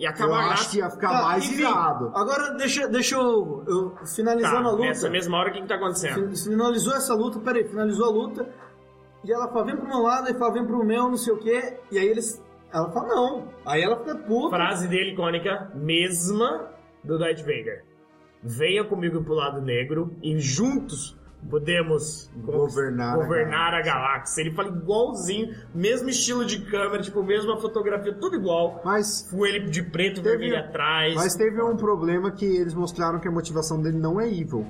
Speaker 3: E
Speaker 4: Eu
Speaker 3: acaba a
Speaker 4: acho
Speaker 3: graça.
Speaker 4: que ia ficar
Speaker 2: Tá,
Speaker 4: mais
Speaker 2: enfim,
Speaker 4: irado.
Speaker 2: Agora deixa, deixa eu, eu
Speaker 3: Tá,
Speaker 2: finalizando a luta.
Speaker 3: nessa mesma hora, o que, que tá acontecendo?
Speaker 2: Fin- Finalizou essa luta, peraí, finalizou a luta. E ela fala, vem pro meu lado, ele fala, vem pro meu, não sei o quê. E aí eles. Ela fala, não. Aí ela fica puta.
Speaker 3: Frase dele icônica, mesma do Darth Vader. Venha comigo pro lado negro e juntos podemos
Speaker 4: Governar a
Speaker 3: governar a, galáxia. Ele fala igualzinho, mesmo estilo de câmera, tipo, mesma fotografia, tudo igual.
Speaker 4: Mas,
Speaker 3: Com ele de preto,
Speaker 4: Teve-
Speaker 3: vermelho atrás.
Speaker 4: mas teve um problema que eles mostraram que a motivação dele não é evil.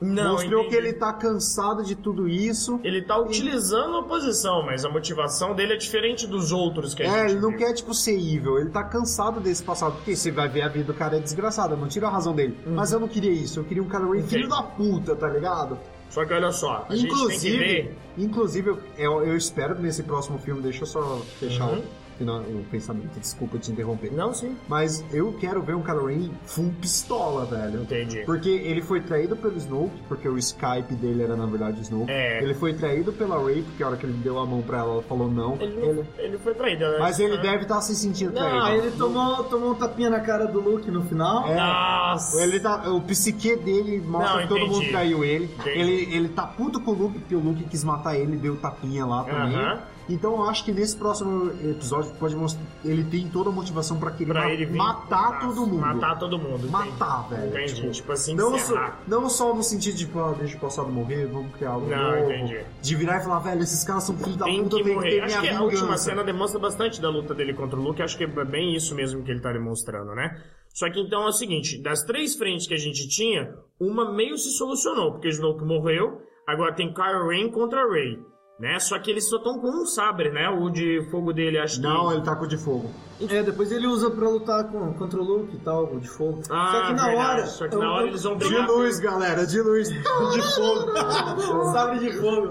Speaker 3: Não,
Speaker 4: Mostrou
Speaker 3: entendi.
Speaker 4: que ele tá cansado de tudo isso.
Speaker 3: Ele tá utilizando a posição, mas a motivação dele é diferente dos outros que a
Speaker 4: É,
Speaker 3: gente
Speaker 4: ele não
Speaker 3: viu.
Speaker 4: quer, tipo, ser evil. Ele tá cansado desse passado. Porque você vai ver a vida do cara é desgraçada, não tira a razão dele. Mas eu não queria isso. Eu queria um cara Ray,
Speaker 3: Uhum. Entendi.
Speaker 4: filho da puta, tá ligado?
Speaker 3: Só que olha só, a gente tem que ver...
Speaker 4: Inclusive, inclusive eu, eu- eu espero que nesse próximo filme, deixa eu só fechar
Speaker 3: Uhum.
Speaker 4: o, final, o pensamento, desculpa te interromper.
Speaker 3: Não, sim.
Speaker 4: Mas eu quero ver um Kylo Ren full pistola, velho.
Speaker 3: Entendi.
Speaker 4: Porque ele foi traído pelo Snoke, porque o Skype dele era na verdade o Snoke.
Speaker 3: É.
Speaker 4: Ele foi traído pela Rey, porque a hora que ele deu a mão pra ela, ela falou não.
Speaker 3: Ele, não-
Speaker 4: Ele-
Speaker 3: ele foi traído, né?
Speaker 4: Mas ele
Speaker 3: Ah.
Speaker 4: deve estar se sentindo traído.
Speaker 2: Não, ele tomou, tomou um tapinha na cara do Luke no final.
Speaker 4: É.
Speaker 3: tá Nossa!
Speaker 4: Ele tá, o psique dele mostra
Speaker 3: Não,
Speaker 4: que todo
Speaker 3: entendi.
Speaker 4: mundo traiu ele.
Speaker 3: Entendi.
Speaker 4: ele. Ele tá puto com o Luke, porque o Luke quis matar ele, deu tapinha lá também.
Speaker 3: Aham.
Speaker 4: Então eu acho que nesse próximo episódio pode mostrar. Ele tem toda a motivação pra querer
Speaker 3: Pra
Speaker 4: ma-
Speaker 3: ele vir
Speaker 4: matar todo mundo.
Speaker 3: Matar todo mundo.
Speaker 4: Matar,
Speaker 3: entendi.
Speaker 4: velho.
Speaker 3: Entendi. Tipo,
Speaker 4: Tipo,
Speaker 3: assim,
Speaker 4: não, só,
Speaker 3: encerrar.
Speaker 4: não só no sentido de, ah, deixa o passado morrer, vamos criar algo
Speaker 3: Não,
Speaker 4: novo.
Speaker 3: entendi.
Speaker 4: De virar e falar, velho, esses caras são filhos da
Speaker 3: Tem
Speaker 4: Tá puta,
Speaker 3: que
Speaker 4: eu tenho que
Speaker 3: morrer.
Speaker 4: ter
Speaker 3: Acho
Speaker 4: minha
Speaker 3: que é a
Speaker 4: vingança.
Speaker 3: última cena demonstra bastante da luta dele contra o Luke. Acho que é bem isso mesmo que ele tá demonstrando, né? Só que então é o seguinte: das três frentes que a gente tinha, uma meio se solucionou, porque o Snoke morreu. Agora tem Kylo Ren contra Rey. Né? Só que eles só estão com um sabre, né? O de fogo dele, acho
Speaker 4: Não,
Speaker 3: que.
Speaker 4: ele tá com o de fogo.
Speaker 2: É, depois ele usa pra lutar com, contra o Luke e tal, de fogo.
Speaker 3: Ah,
Speaker 2: só que na
Speaker 3: verdade.
Speaker 2: hora.
Speaker 3: Só que na hora eles vão
Speaker 4: De
Speaker 3: brigar.
Speaker 4: luz, galera, de luz.
Speaker 2: De fogo. sabre de fogo.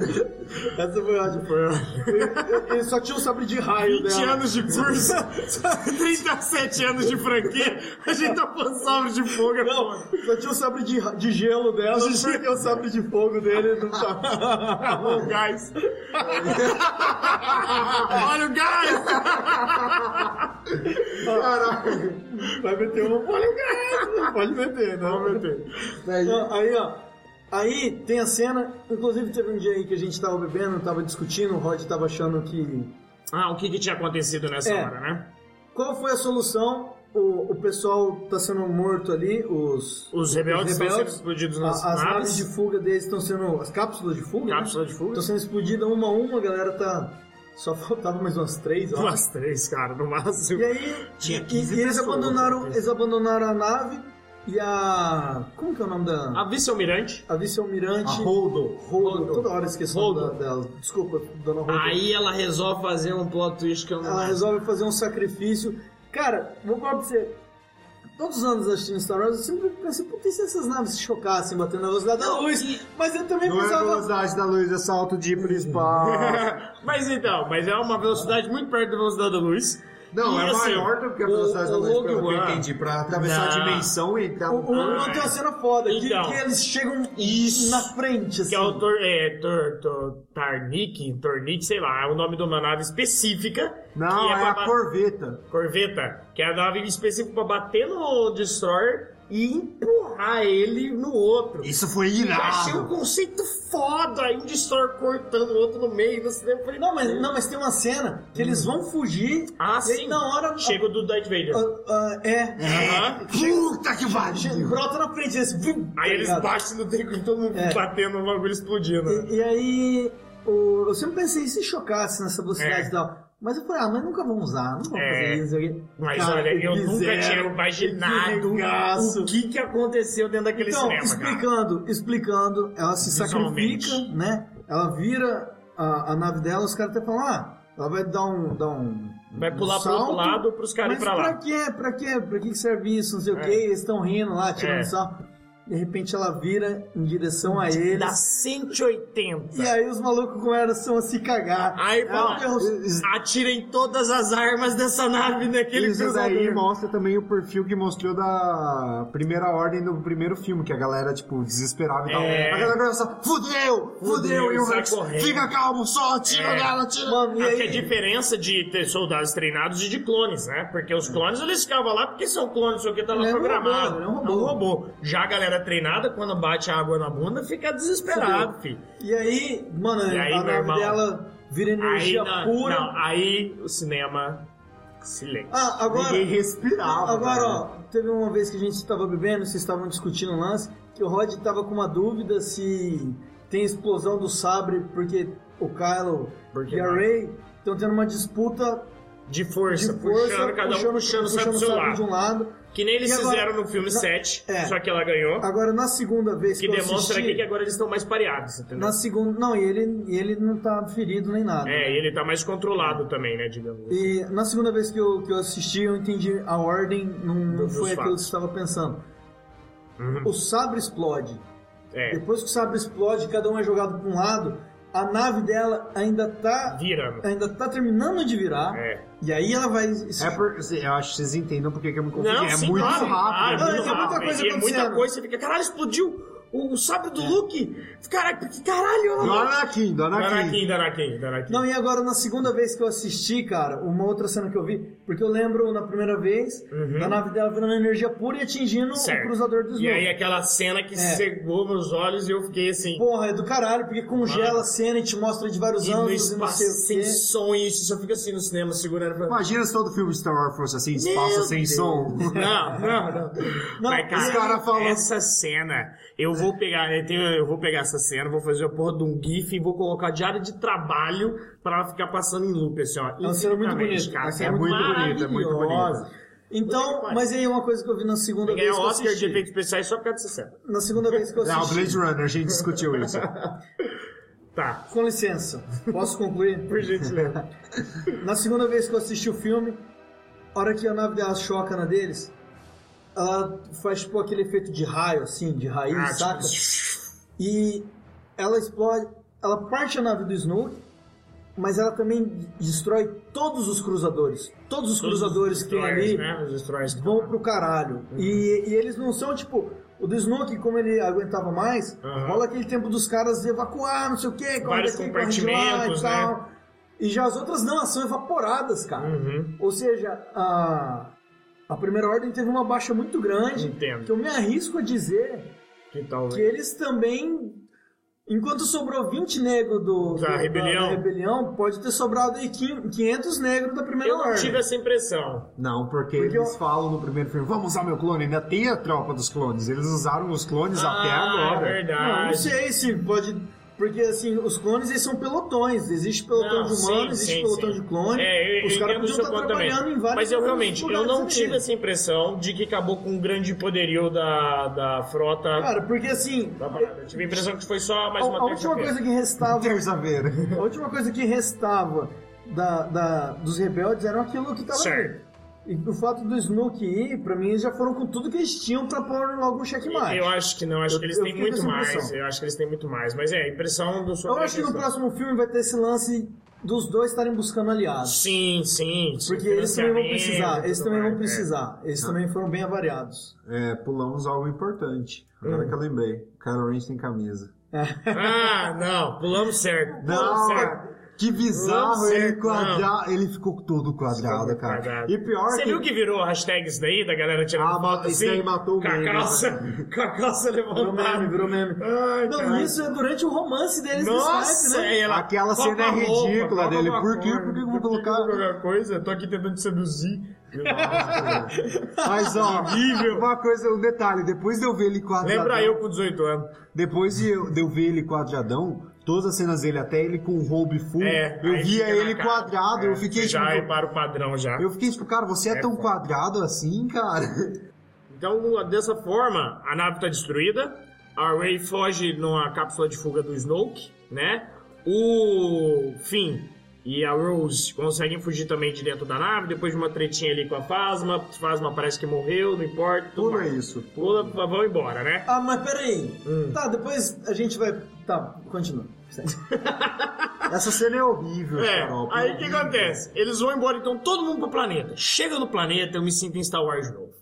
Speaker 2: Essa foi ótima. Ele- Ele só tinha um sabre de raio
Speaker 3: 20
Speaker 2: dela.
Speaker 3: anos de curso, 37 anos de franquia, a gente tá falando sabre de fogo. é
Speaker 2: Não,
Speaker 3: foda.
Speaker 2: só tinha o sabre de, ra- de gelo dela, porque o sabre de fogo dele não tá.
Speaker 3: Acabou o gás. Olha o gás!
Speaker 2: Vai meter
Speaker 3: um,
Speaker 2: uma, pode meter, não pode meter, não.
Speaker 3: Vamos meter. né?
Speaker 2: Ó, Ah, Aí, ó. Aí tem a cena, inclusive teve um dia aí que a gente tava bebendo, tava discutindo, o Rod tava achando que.
Speaker 3: Ah, o que que tinha acontecido nessa
Speaker 2: É.
Speaker 3: hora, né?
Speaker 2: Qual foi a solução? O, o pessoal tá sendo morto ali, os.
Speaker 3: Os rebeldes,
Speaker 2: Os
Speaker 3: estão sendo
Speaker 2: rebeldes,
Speaker 3: explodidos
Speaker 2: a-
Speaker 3: nas
Speaker 2: as naves
Speaker 3: naves.
Speaker 2: de fuga deles estão sendo. As cápsulas de fuga? né?
Speaker 3: Cápsula de fuga.
Speaker 2: Estão sendo explodidas uma a uma, a galera tá. Só faltava mais umas três, ó.
Speaker 3: Umas três, cara,
Speaker 2: E
Speaker 3: no máximo.
Speaker 2: aí,
Speaker 3: Tinha
Speaker 2: e-
Speaker 3: 15
Speaker 2: e eles
Speaker 3: pessoas,
Speaker 2: abandonaram,
Speaker 3: né?
Speaker 2: eles abandonaram a nave e a. Como que é o nome da.
Speaker 3: A vice-almirante,
Speaker 2: A vice-almirante.
Speaker 4: A Holdo.
Speaker 2: Holdo.
Speaker 3: Holdo.
Speaker 2: Toda hora eu esqueço o
Speaker 3: Holdo.
Speaker 2: nome da- dela. Desculpa, dona Holdo.
Speaker 3: aí ela resolve fazer um plot twist que eu não...
Speaker 2: Ela resolve fazer um sacrifício. Cara, vou falar pra você. Todos os anos assistindo Star Wars, eu sempre pensei, puta, e se essas naves se chocassem batendo na velocidade da
Speaker 3: Não,
Speaker 2: luz?
Speaker 3: e-
Speaker 2: Mas eu também
Speaker 4: Não é a
Speaker 2: pensava.
Speaker 4: velocidade da luz, é salto de ir pro espaço.
Speaker 3: mas então, mas é uma velocidade muito perto da velocidade da luz.
Speaker 4: Não,
Speaker 3: E,
Speaker 4: é
Speaker 3: assim,
Speaker 4: maior do que a
Speaker 3: o-
Speaker 4: velocidade da
Speaker 3: o
Speaker 4: luz, pelo que
Speaker 3: Rogue
Speaker 4: eu
Speaker 3: One-
Speaker 4: entendi, pra atravessar
Speaker 3: Não.
Speaker 4: a dimensão e tá- entrar
Speaker 2: O o
Speaker 4: no...
Speaker 2: Holdo tem uma cena foda, que-
Speaker 3: Então.
Speaker 2: que, eles chegam
Speaker 3: Isso.
Speaker 2: na frente, assim.
Speaker 3: Que é o Tor, é, Tor, Tor, Tarnik, Tornik, sei lá, é o nome de uma nave específica.
Speaker 4: Não,
Speaker 3: que
Speaker 4: é,
Speaker 3: pra
Speaker 4: a
Speaker 3: ba-
Speaker 4: corveta.
Speaker 3: Corveta, que é a nave específica pra bater no Destroyer e empurrar ele no outro.
Speaker 4: Isso foi
Speaker 3: Eu achei um
Speaker 4: irado.
Speaker 3: conceito foda, aí um Destroyer cortando o outro no meio, no cinema, eu falei,
Speaker 2: Não, mas, não, mas tem uma cena que eles vão fugir.
Speaker 3: Ah,
Speaker 2: e
Speaker 3: Hum. sim.
Speaker 2: Aí, na hora.
Speaker 3: Chega o do Darth Vader.
Speaker 2: Ah, ah, é.
Speaker 3: Aham.
Speaker 4: né? Puta que
Speaker 2: Che-
Speaker 4: pariu!
Speaker 2: Brota na frente tá desse.
Speaker 3: Aí eles batem no trinco e todo mundo
Speaker 2: É.
Speaker 3: batendo, o bagulho explodindo. né?
Speaker 2: E, e aí, o- eu sempre pensei, e se chocasse nessa velocidade
Speaker 3: É.
Speaker 2: e tal? Mas eu falei, ah, mas nunca vão usar, não vão
Speaker 3: É.
Speaker 2: fazer isso aqui.
Speaker 3: Mas olha, eu nunca tinha imaginado o que, que aconteceu dentro daquele
Speaker 2: Então,
Speaker 3: cinema, cara.
Speaker 2: explicando, explicando, ela se
Speaker 3: Visualmente.
Speaker 2: sacrifica, né? Ela vira a, a nave dela, os caras até falam, ah, ela vai dar um. Dar um
Speaker 3: Vai
Speaker 2: um
Speaker 3: pular pro outro
Speaker 2: salto,
Speaker 3: lado pros caras
Speaker 2: Mas
Speaker 3: ir pra lá.
Speaker 2: pra quê? Pra quê? Pra que que serve isso? Não sei
Speaker 3: É.
Speaker 2: o quê? Eles estão rindo lá, tirando
Speaker 3: É.
Speaker 2: um sal. de repente ela vira em direção a eles.
Speaker 3: Dá 180.
Speaker 2: E aí os malucos começam a se cagar.
Speaker 3: Aí fala,
Speaker 2: É um terror-
Speaker 3: atirem todas as armas dessa nave naquele
Speaker 4: Isso daí
Speaker 3: cruzador.
Speaker 4: mostra também o perfil que mostrou da primeira ordem do primeiro filme, que a galera, tipo, desesperava e tal.
Speaker 3: É.
Speaker 4: A galera começa, fudeu, fudeu,
Speaker 3: Fudeu,
Speaker 4: e o
Speaker 3: sai
Speaker 4: Rex,
Speaker 3: correndo.
Speaker 4: fica calmo, só, tira
Speaker 3: É.
Speaker 4: dela, tira.
Speaker 2: Mano, e
Speaker 3: Acho que a
Speaker 2: aí?
Speaker 3: diferença de ter soldados treinados e de clones, né? Porque os clones eles ficavam lá porque são clones, isso aqui tava
Speaker 2: Ele é um robô,
Speaker 3: programado.
Speaker 2: ele
Speaker 3: É
Speaker 2: é um robô.
Speaker 3: robô. Já a galera treinada, quando bate a água na bunda, fica desesperado, filho.
Speaker 2: E aí, mano,
Speaker 3: E aí,
Speaker 2: a
Speaker 3: meu
Speaker 2: nave
Speaker 3: irmão?
Speaker 2: dela vira
Speaker 3: Aí,
Speaker 2: energia
Speaker 3: na-
Speaker 2: pura.
Speaker 3: não, aí o cinema. Silêncio.
Speaker 2: Ah, agora.
Speaker 4: Ninguém respirava.
Speaker 2: Agora,
Speaker 4: cara.
Speaker 3: né?
Speaker 2: ó, teve uma vez que a gente estava bebendo, vocês estavam discutindo o lance, que o Rod tava com uma dúvida se tem explosão do sabre, porque o Kylo
Speaker 3: Porque
Speaker 2: e a
Speaker 3: não.
Speaker 2: Rey estão tendo uma disputa
Speaker 3: De
Speaker 2: de
Speaker 3: força,
Speaker 2: força,
Speaker 3: puxando, cada um puxando, o sabe do
Speaker 2: puxando o
Speaker 3: seu
Speaker 2: sabre de
Speaker 3: lado.
Speaker 2: um lado.
Speaker 3: Que nem eles
Speaker 2: E agora-
Speaker 3: fizeram no filme 7,
Speaker 2: É.
Speaker 3: só que ela ganhou.
Speaker 2: Agora, na segunda vez que,
Speaker 3: Que
Speaker 2: eu
Speaker 3: demonstra
Speaker 2: assisti,
Speaker 3: aqui que é agora eles estão mais pareados, entendeu?
Speaker 2: na segunda, não, e ele, e ele não tá ferido nem nada.
Speaker 3: É, e ele tá mais controlado também, né, digamos.
Speaker 2: E na segunda vez que eu, que eu assisti, eu entendi a ordem, não, não
Speaker 3: Dos
Speaker 2: foi aquilo
Speaker 3: fatos.
Speaker 2: que você estava pensando.
Speaker 3: Uhum.
Speaker 2: O sabre explode.
Speaker 3: É,
Speaker 2: Depois que o sabre explode, cada um é jogado para um lado, a nave dela ainda tá
Speaker 3: virando.
Speaker 2: ainda tá terminando de virar.
Speaker 3: É.
Speaker 2: E aí ela vai
Speaker 4: É por, eu acho que vocês entendam porque que é muito
Speaker 3: Não,
Speaker 4: confuso. É
Speaker 3: sim,
Speaker 4: muito
Speaker 3: claro,
Speaker 4: rápido. né?
Speaker 3: claro,
Speaker 2: Não, é que é muita
Speaker 3: rápido.
Speaker 2: coisa
Speaker 3: E é muita
Speaker 2: acontecendo. É.
Speaker 3: coisa, você fica, caralho, explodiu o, o sabre do Luke. Caralho, que caralho,
Speaker 4: Do
Speaker 3: ela...
Speaker 4: Anakin, do Anakin.
Speaker 3: Danakin, Danakin, Danakin.
Speaker 2: Não, e agora na segunda vez que eu assisti, cara, uma outra cena que eu vi, porque eu lembro na primeira vez da nave dela virando energia pura e atingindo
Speaker 3: Uhum. Certo.
Speaker 2: o cruzador dos
Speaker 3: E aí aquela cena
Speaker 2: É.
Speaker 3: que cegou meus olhos e eu fiquei assim...
Speaker 2: Porra, é do caralho, porque congela
Speaker 3: Mano.
Speaker 2: a cena e te mostra de vários
Speaker 3: E no
Speaker 2: anos e não
Speaker 3: espaço
Speaker 2: sei o
Speaker 3: sem
Speaker 2: quê.
Speaker 3: som, e isso, só fica assim no cinema segurando pra...
Speaker 4: Imagina se todo filme Star Wars fosse assim, espaço
Speaker 3: Meu
Speaker 4: sem
Speaker 3: Deus.
Speaker 4: som.
Speaker 3: Não, não, não.
Speaker 2: Não,
Speaker 3: Mas, cara,
Speaker 4: os cara falam-
Speaker 3: essa cena, eu vou pegar, eu, tenho- eu vou pegar essa cena, vou fazer a porra de um GIF e vou colocar diário de trabalho pra ela ficar passando em loop, assim, ó.
Speaker 2: É uma cena muito
Speaker 3: infinitamente,
Speaker 2: bonita.
Speaker 3: cara.
Speaker 2: Uma
Speaker 4: É
Speaker 2: cena
Speaker 4: muito bonito, é muito bonito.
Speaker 2: Então, mas aí é uma coisa que eu vi na segunda
Speaker 3: Ganhar
Speaker 2: vez que eu
Speaker 3: Oscar de
Speaker 2: assisti.
Speaker 3: efeitos especiais só por causa dessa cena.
Speaker 2: Na segunda vez que eu
Speaker 4: Não,
Speaker 2: assisti.
Speaker 4: É, Blade Runner, a gente discutiu isso.
Speaker 3: Tá,
Speaker 2: Com licença, posso concluir?
Speaker 3: por gentileza.
Speaker 2: Na segunda vez que eu assisti o filme, a hora que a nave dela choca na deles, ela faz tipo aquele efeito de raio, assim, de raiz,
Speaker 3: Ah, tipo,
Speaker 2: saca? E ela explode, ela parte a nave do Snoke, mas ela também destrói todos os cruzadores. Todos os cruzadores que tem
Speaker 3: destroyers,
Speaker 2: ali
Speaker 3: Né? Os destroyers que
Speaker 2: vão
Speaker 3: tem lá.
Speaker 2: pro caralho. E, e eles não são tipo. O do Snoke, como ele aguentava mais,
Speaker 3: Aham.
Speaker 2: rola aquele tempo dos caras de evacuar, não sei o quê, corre
Speaker 3: Vários
Speaker 2: daqui, corre de lá
Speaker 3: compartimentos, né?
Speaker 2: e tal. E já as outras não, elas são evaporadas, cara.
Speaker 3: Uhum.
Speaker 2: Ou seja, a, a primeira ordem teve uma baixa muito grande.
Speaker 3: Entendo.
Speaker 2: Que eu me arrisco a dizer
Speaker 3: Que tal,
Speaker 2: que eles também. Enquanto sobrou 20 negros do,
Speaker 3: Da
Speaker 2: do-
Speaker 3: rebelião.
Speaker 2: rebelião, pode ter sobrado aí 500 negros da primeira
Speaker 3: Eu não
Speaker 2: ordem.
Speaker 3: tive essa impressão.
Speaker 4: Não, porque,
Speaker 2: Porque
Speaker 4: eles
Speaker 2: eu-
Speaker 4: falam no primeiro filme, vamos usar meu clone, ainda tem a tropa dos clones. Eles usaram os clones até
Speaker 3: Ah,
Speaker 4: agora.
Speaker 3: É
Speaker 2: Não, não
Speaker 3: verdade.
Speaker 2: sei se pode. Porque assim, os clones eles são pelotões. Existe pelotão
Speaker 3: Não,
Speaker 2: de
Speaker 3: sim,
Speaker 2: humanos, existe
Speaker 3: sim,
Speaker 2: pelotão
Speaker 3: sim.
Speaker 2: de clone.
Speaker 3: É, eu,
Speaker 2: os caras
Speaker 3: eu entendo o
Speaker 2: podiam
Speaker 3: seu
Speaker 2: estar
Speaker 3: ponto
Speaker 2: trabalhando
Speaker 3: também.
Speaker 2: em vários
Speaker 3: Mas eu realmente, eu
Speaker 2: lugares
Speaker 3: não
Speaker 2: ali.
Speaker 3: tive essa impressão de que acabou com um grande poderio da, da frota.
Speaker 2: Cara, porque assim.
Speaker 3: da parada. Eu tive a impressão que foi só
Speaker 2: A,
Speaker 3: mais uma
Speaker 2: a última
Speaker 3: terça-feira.
Speaker 2: coisa que restava.
Speaker 4: Terça-feira.
Speaker 2: A última coisa que restava da, da- dos rebeldes era aquilo que tava ali.
Speaker 3: Certo.
Speaker 2: E o fato do Snook ir, pra mim, eles já foram com tudo que eles tinham pra pôr logo um checkmate.
Speaker 3: Eu acho que não, acho
Speaker 2: Eu-
Speaker 3: que eles
Speaker 2: eu
Speaker 3: têm
Speaker 2: fiquei com
Speaker 3: muito
Speaker 2: essa
Speaker 3: mais.
Speaker 2: impressão.
Speaker 3: Eu acho que eles têm muito mais. Mas é, a impressão do
Speaker 2: Eu acho que no próximo filme vai ter esse lance dos dois estarem buscando aliados.
Speaker 3: Sim, sim. sim,
Speaker 2: Porque eles também vão
Speaker 3: financiamento
Speaker 2: precisar,
Speaker 3: e
Speaker 2: eles
Speaker 3: tudo
Speaker 2: também vão
Speaker 3: mais, é.
Speaker 2: precisar. Eles também foram bem avariados.
Speaker 4: É, pulamos algo importante. Agora que eu lembrei. O Kylo Ren tem camisa.
Speaker 3: Ah, não, pulamos certo.
Speaker 4: Não,
Speaker 3: Pulamos certo.
Speaker 4: que
Speaker 3: Não,
Speaker 4: bizarro ele
Speaker 3: certo,
Speaker 4: quadrado. Ele ficou todo quadrado,
Speaker 3: Ficou
Speaker 4: cara.
Speaker 3: quadrado.
Speaker 4: E pior
Speaker 3: Você
Speaker 4: que...
Speaker 3: viu que virou hashtag isso daí, da galera tirando
Speaker 4: Ah,
Speaker 3: foto
Speaker 4: isso
Speaker 3: assim?
Speaker 4: daí matou o
Speaker 3: com a
Speaker 4: meme,
Speaker 3: calça, com a calça
Speaker 2: Virou meme,
Speaker 3: levantada.
Speaker 2: virou meme.
Speaker 3: Ai,
Speaker 2: Não,
Speaker 3: cara.
Speaker 2: isso é durante o romance deles no
Speaker 3: Então, Nossa,
Speaker 2: Skype, né?
Speaker 3: é, ela
Speaker 4: Aquela
Speaker 3: coloca
Speaker 4: cena é
Speaker 3: uma roupa,
Speaker 4: ridícula
Speaker 3: coloca
Speaker 4: dele.
Speaker 3: uma
Speaker 4: Por quê?
Speaker 3: cor,
Speaker 4: Por que eu vou
Speaker 3: por que
Speaker 4: colocar-
Speaker 3: qualquer coisa? Eu tô aqui tentando te seduzir.
Speaker 4: Mas, ó,
Speaker 3: Horrível.
Speaker 4: uma coisa, um detalhe. Depois de eu ver ele quadradão...
Speaker 3: Lembra eu com 18 anos.
Speaker 4: Depois de eu, de eu ver ele quadradão, todas as cenas dele, até ele com o roubo full,
Speaker 3: É,
Speaker 4: eu
Speaker 3: aí
Speaker 4: via
Speaker 3: fica na
Speaker 4: ele
Speaker 3: cara.
Speaker 4: quadrado,
Speaker 3: É,
Speaker 4: eu fiquei
Speaker 3: você
Speaker 4: tipo...
Speaker 3: Já repara o padrão já.
Speaker 4: Eu fiquei tipo, cara, você é,
Speaker 3: É
Speaker 4: tão
Speaker 3: foda.
Speaker 4: quadrado assim, cara?
Speaker 3: Então, dessa forma, a nave tá destruída, a Rey foge numa cápsula de fuga do Snoke, né? O Finn e a Rose conseguem fugir também de dentro da nave, depois de uma tretinha ali com a Phasma, Phasma parece que morreu, não importa. tudo
Speaker 4: Pula
Speaker 3: mais.
Speaker 4: isso.
Speaker 3: Pula, vão embora, né?
Speaker 2: Ah, mas peraí.
Speaker 3: Hum.
Speaker 2: Tá, depois a gente vai. Tá, continua.
Speaker 4: Essa cena é horrível,
Speaker 3: É,
Speaker 4: Carol.
Speaker 3: aí o que
Speaker 4: horrível.
Speaker 3: acontece? Eles vão embora, então, todo mundo pro planeta. Chega no planeta, eu me sinto em Star Wars de novo.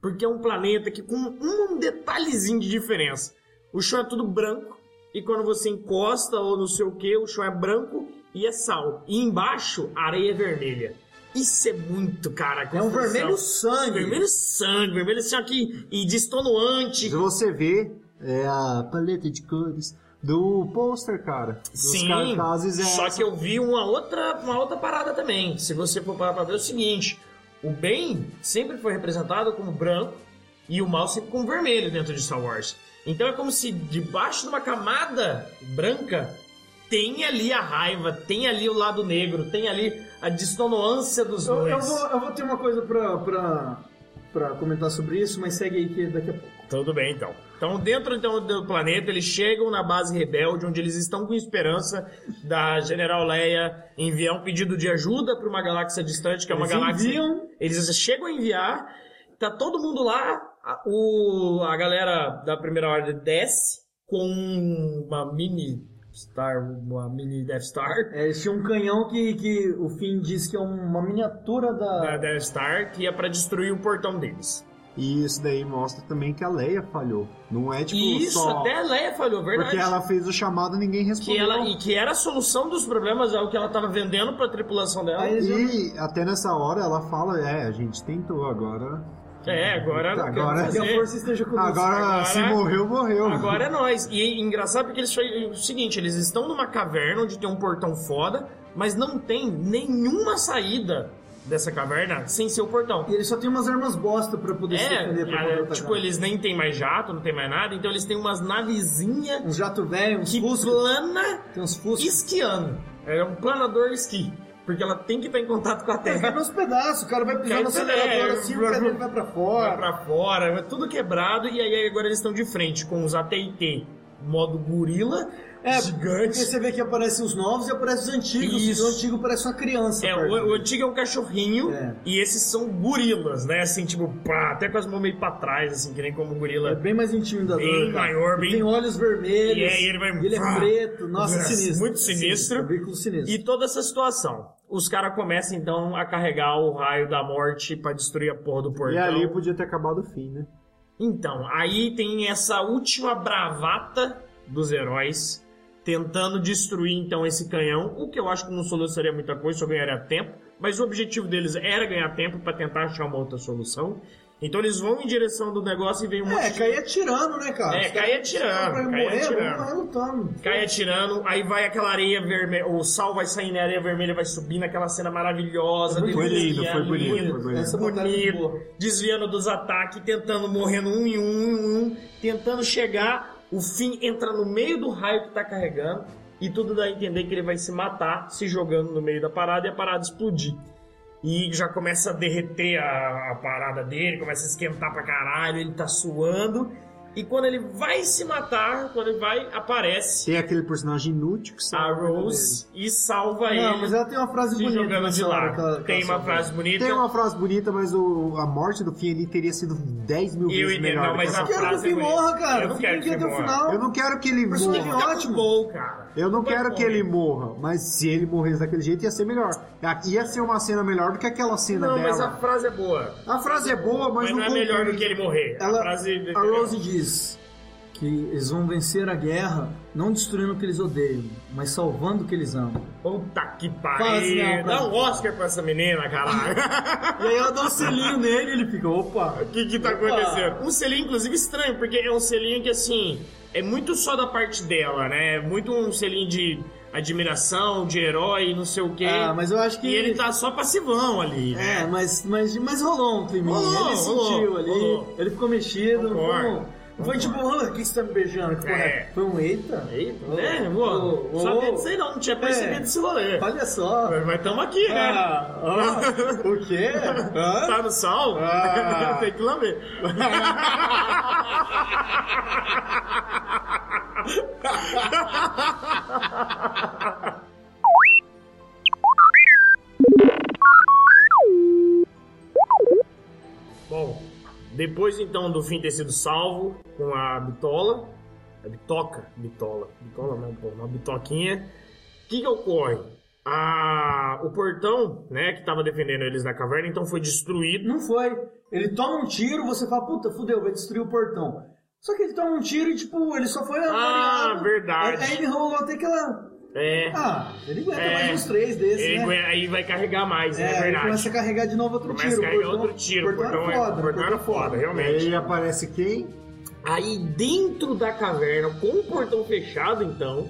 Speaker 3: Porque é um planeta que, com um detalhezinho de diferença, o chão é tudo branco, e quando você encosta ou não sei o que, o chão é branco e é sal. E embaixo, areia vermelha. Isso é muito, cara.
Speaker 2: É um
Speaker 3: construção.
Speaker 2: vermelho sangue.
Speaker 3: Vermelho sangue, vermelho assim aqui, e destonuante.
Speaker 4: Se você vê é a paleta de cores do pôster, cara. Dos cartazes é
Speaker 3: Só
Speaker 4: essa.
Speaker 3: que eu vi uma outra, uma outra parada também. Se você for parar pra ver é o seguinte: o bem sempre foi representado como branco e o mal sempre como vermelho dentro de Star Wars. Então é como se debaixo de uma camada branca tem ali a raiva, tem ali o lado negro, tem ali a distonuância dos
Speaker 2: Eu,
Speaker 3: dois.
Speaker 2: eu vou, eu vou ter uma coisa pra, pra, pra comentar sobre isso, mas segue aí que daqui a pouco.
Speaker 3: Tudo bem, então. Então, dentro então, do planeta, eles chegam na base rebelde, onde eles estão com esperança da General Leia enviar um pedido de ajuda para uma galáxia distante, que é uma
Speaker 2: Eles
Speaker 3: galáxia.
Speaker 2: enviam.
Speaker 3: Eles chegam a enviar, tá todo mundo lá, a, o, a galera da primeira ordem desce com uma mini Star, uma mini Death Star.
Speaker 2: É, eles tinham um canhão que, que o Finn diz que é uma miniatura
Speaker 3: Da
Speaker 4: Ah.
Speaker 2: da.
Speaker 3: Death Star, que é para destruir o portão deles.
Speaker 4: E isso daí mostra também que a Leia falhou. Não é tipo
Speaker 3: e isso,
Speaker 4: só...
Speaker 3: até a Leia falhou, verdade.
Speaker 4: Porque ela fez o chamado e ninguém
Speaker 3: que
Speaker 4: respondeu.
Speaker 3: ela e que era a solução dos problemas é o que ela estava vendendo para a tripulação dela.
Speaker 2: Aí eles iam-
Speaker 4: E até nessa hora ela fala, é, a gente tentou agora.
Speaker 3: é, agora
Speaker 4: Tá,
Speaker 3: não quero
Speaker 4: agora-
Speaker 2: que a
Speaker 3: fazer.
Speaker 2: força esteja conosco.
Speaker 4: Agora,
Speaker 3: agora-
Speaker 4: se morreu, morreu.
Speaker 3: Agora é nós. E engraçado porque eles foi o seguinte, eles estão numa caverna onde tem um portão foda, mas não tem nenhuma saída dessa caverna sem ser o portão.
Speaker 2: E ele só tem umas armas bosta pra poder se
Speaker 3: É,
Speaker 2: defender, pra
Speaker 3: cara,
Speaker 2: poder atacar.
Speaker 3: tipo, eles nem tem mais jato, não tem mais nada, então eles têm umas navezinhas
Speaker 2: Uns jato velho, uns
Speaker 3: que
Speaker 2: fusco.
Speaker 3: plana
Speaker 2: Tem uns fusco.
Speaker 3: esquiando. É um planador esqui, porque ela tem que estar em contato com a
Speaker 2: Mas
Speaker 3: terra.
Speaker 2: vai nos pedaços, o cara vai pisar
Speaker 3: Cai
Speaker 2: no
Speaker 3: pela-
Speaker 2: acelerador
Speaker 3: é,
Speaker 2: assim, o
Speaker 3: blá,
Speaker 2: pé
Speaker 3: blá.
Speaker 2: dele vai pra
Speaker 3: vai
Speaker 2: fora.
Speaker 3: pra fora, é tudo quebrado, e aí agora eles estão de frente com os AT&T, modo gorila,
Speaker 2: É, porque
Speaker 3: gigante.
Speaker 2: você vê que aparecem os novos e aparecem os antigos.
Speaker 3: Isso.
Speaker 2: O antigo parece uma criança.
Speaker 3: É,
Speaker 2: perto
Speaker 3: o, o
Speaker 2: dele.
Speaker 3: antigo é um cachorrinho,
Speaker 2: É.
Speaker 3: e esses são gorilas, né, assim, tipo, pá, até com as mãos meio pra trás, assim, que nem como um
Speaker 2: É
Speaker 3: gorila.
Speaker 2: bem mais intimidador.
Speaker 3: Bem
Speaker 2: cara.
Speaker 3: maior, bem-
Speaker 2: E Tem olhos vermelhos.
Speaker 3: E aí ele vai-
Speaker 2: e ele é preto. Nossa,
Speaker 3: Nossa,
Speaker 2: sinistro.
Speaker 3: muito sinistro.
Speaker 2: Um veículo sinistro.
Speaker 3: E toda essa situação. Os caras começam, então, a carregar o raio da morte pra destruir a porra do portão.
Speaker 4: E ali podia ter acabado o fim, né?
Speaker 3: Então, aí tem essa última bravata dos heróis tentando destruir então esse canhão, o que eu acho que não solucionaria muita coisa, só ganharia tempo, mas o objetivo deles era ganhar tempo para tentar achar uma outra solução. Então eles vão em direção do negócio e vem um
Speaker 2: É,
Speaker 3: monte de...
Speaker 2: cair atirando, né, cara?
Speaker 3: É,
Speaker 2: Os caras-
Speaker 3: cair atirando,
Speaker 2: Pra
Speaker 3: cair
Speaker 2: morrer, é
Speaker 3: atirando.
Speaker 2: vamos morrer lutando.
Speaker 3: Cai atirando, aí vai aquela areia vermelha, o sal vai saindo, a areia vermelha vai subindo, aquela cena maravilhosa.
Speaker 2: Foi
Speaker 3: deles
Speaker 4: lindo, foi
Speaker 3: desviando,
Speaker 4: bonito,
Speaker 3: lindo,
Speaker 4: foi bonito.
Speaker 2: Essa batalha é muito boa.
Speaker 3: bonito, desviando dos ataques, tentando, morrendo um em um, um em um, tentando chegar, o fim entra no meio do raio que tá carregando, e tudo dá a entender que ele vai se matar, se jogando no meio da parada e a parada explodir. E já começa a derreter a, a parada dele, começa a esquentar pra caralho, ele tá suando. E quando ele vai se matar, quando ele vai, aparece
Speaker 4: Tem aquele personagem inútil que
Speaker 3: a
Speaker 4: sabe
Speaker 3: Rose e salva
Speaker 2: Não,
Speaker 3: ele
Speaker 2: mas ela tem uma frase
Speaker 3: se
Speaker 2: bonita.
Speaker 3: jogando de
Speaker 2: nessa hora
Speaker 3: lado.
Speaker 2: que ela- que
Speaker 3: Tem um
Speaker 2: ela
Speaker 3: uma
Speaker 2: sobe.
Speaker 3: frase bonita. é
Speaker 4: Tem uma frase bonita, mas o- a morte do fim ali teria sido 10 mil
Speaker 3: Eu
Speaker 4: vezes
Speaker 3: entendo,
Speaker 4: melhor.
Speaker 3: não, mas
Speaker 4: Eu
Speaker 2: Eu quero que o
Speaker 3: frase
Speaker 2: Finn
Speaker 3: bonita.
Speaker 2: morra, cara.
Speaker 3: Eu não
Speaker 2: O Finn
Speaker 3: quero
Speaker 2: tem que ir
Speaker 3: que
Speaker 2: até o
Speaker 3: morra.
Speaker 2: final.
Speaker 4: não- eu não quero que ele
Speaker 2: Personagem
Speaker 4: morra.
Speaker 2: ótimo.
Speaker 3: Gol, cara.
Speaker 4: Eu não
Speaker 3: Vai
Speaker 4: quero que
Speaker 3: morrer.
Speaker 4: ele morra, mas se ele morresse daquele jeito ia ser melhor. Ia ser uma cena melhor do que aquela cena
Speaker 3: Não, mas a
Speaker 4: dela.
Speaker 3: frase é boa.
Speaker 4: A... frase é boa,
Speaker 3: Mas,
Speaker 4: mas,
Speaker 3: não, é
Speaker 4: cumpre.
Speaker 3: melhor do que ele morrer.
Speaker 2: Ela-
Speaker 3: a frase. é
Speaker 2: A Rose diz que eles vão vencer a guerra não destruindo o que eles odeiam, mas salvando o que eles amam.
Speaker 3: Puta que
Speaker 2: Faz
Speaker 3: pariu.
Speaker 2: assim, não,
Speaker 3: Dá
Speaker 2: cara.
Speaker 3: um Oscar pra essa menina, caralho.
Speaker 2: E aí ela dá um selinho nele e ele fica, opa.
Speaker 3: O que que tá
Speaker 2: Opa.
Speaker 3: acontecendo? Um selinho, inclusive, estranho, porque é um selinho que, assim, é muito só da parte dela, né? É muito um selinho de admiração, de herói, não sei o quê.
Speaker 2: Ah, mas eu acho que...
Speaker 3: E ele tá só passivão ali, né?
Speaker 2: É, mas, mas, mas rolou um climinha.
Speaker 3: Rolou,
Speaker 2: ele
Speaker 3: rolou,
Speaker 2: sentiu ali,
Speaker 3: rolou.
Speaker 2: ele ficou mexido. não
Speaker 3: Concordo,
Speaker 2: Foi, um- não foi tipo, ah, o que você tá me beijando? Que porra é?
Speaker 3: É.
Speaker 2: Foi um eita?
Speaker 3: Eita,
Speaker 2: Ô,
Speaker 3: né? Pô,
Speaker 2: ô,
Speaker 3: sabia
Speaker 2: ô.
Speaker 3: disso aí não, não tinha percebido
Speaker 2: É.
Speaker 3: esse rolê.
Speaker 2: Olha só.
Speaker 3: Mas estamos aqui, né?
Speaker 2: Ah, ah, o quê? Hã?
Speaker 3: Tá no sal?
Speaker 2: Ah.
Speaker 3: Tem que lamber. Depois então do fim ter sido salvo com a bitola, a bitoca, bitola, bitola não, pô, uma bitoquinha, o que, que ocorre? A, o portão, né, que estava defendendo eles da caverna, então foi destruído.
Speaker 2: Não foi. Ele toma um tiro, você fala, puta, fudeu, vai destruir o portão. Só que ele toma um tiro e, tipo, ele só foi
Speaker 3: Ah,
Speaker 2: avaliado.
Speaker 3: verdade.
Speaker 2: Aí, aí ele rolou até aquela.
Speaker 3: É,
Speaker 2: Ah, ele aguenta
Speaker 3: É.
Speaker 2: mais uns três desses,
Speaker 3: ele
Speaker 2: né?
Speaker 3: aguenta- aí vai carregar mais,
Speaker 2: É,
Speaker 3: é,
Speaker 2: ele
Speaker 3: verdade.
Speaker 2: começa a carregar de novo outro
Speaker 3: Começa
Speaker 2: tiro.
Speaker 3: a carregar
Speaker 2: portão-
Speaker 3: outro tiro. O portão,
Speaker 2: é
Speaker 3: é-
Speaker 2: foda.
Speaker 3: o portão era foda, realmente.
Speaker 4: Aí aparece quem?
Speaker 3: Aí dentro da caverna, com o portão fechado, então,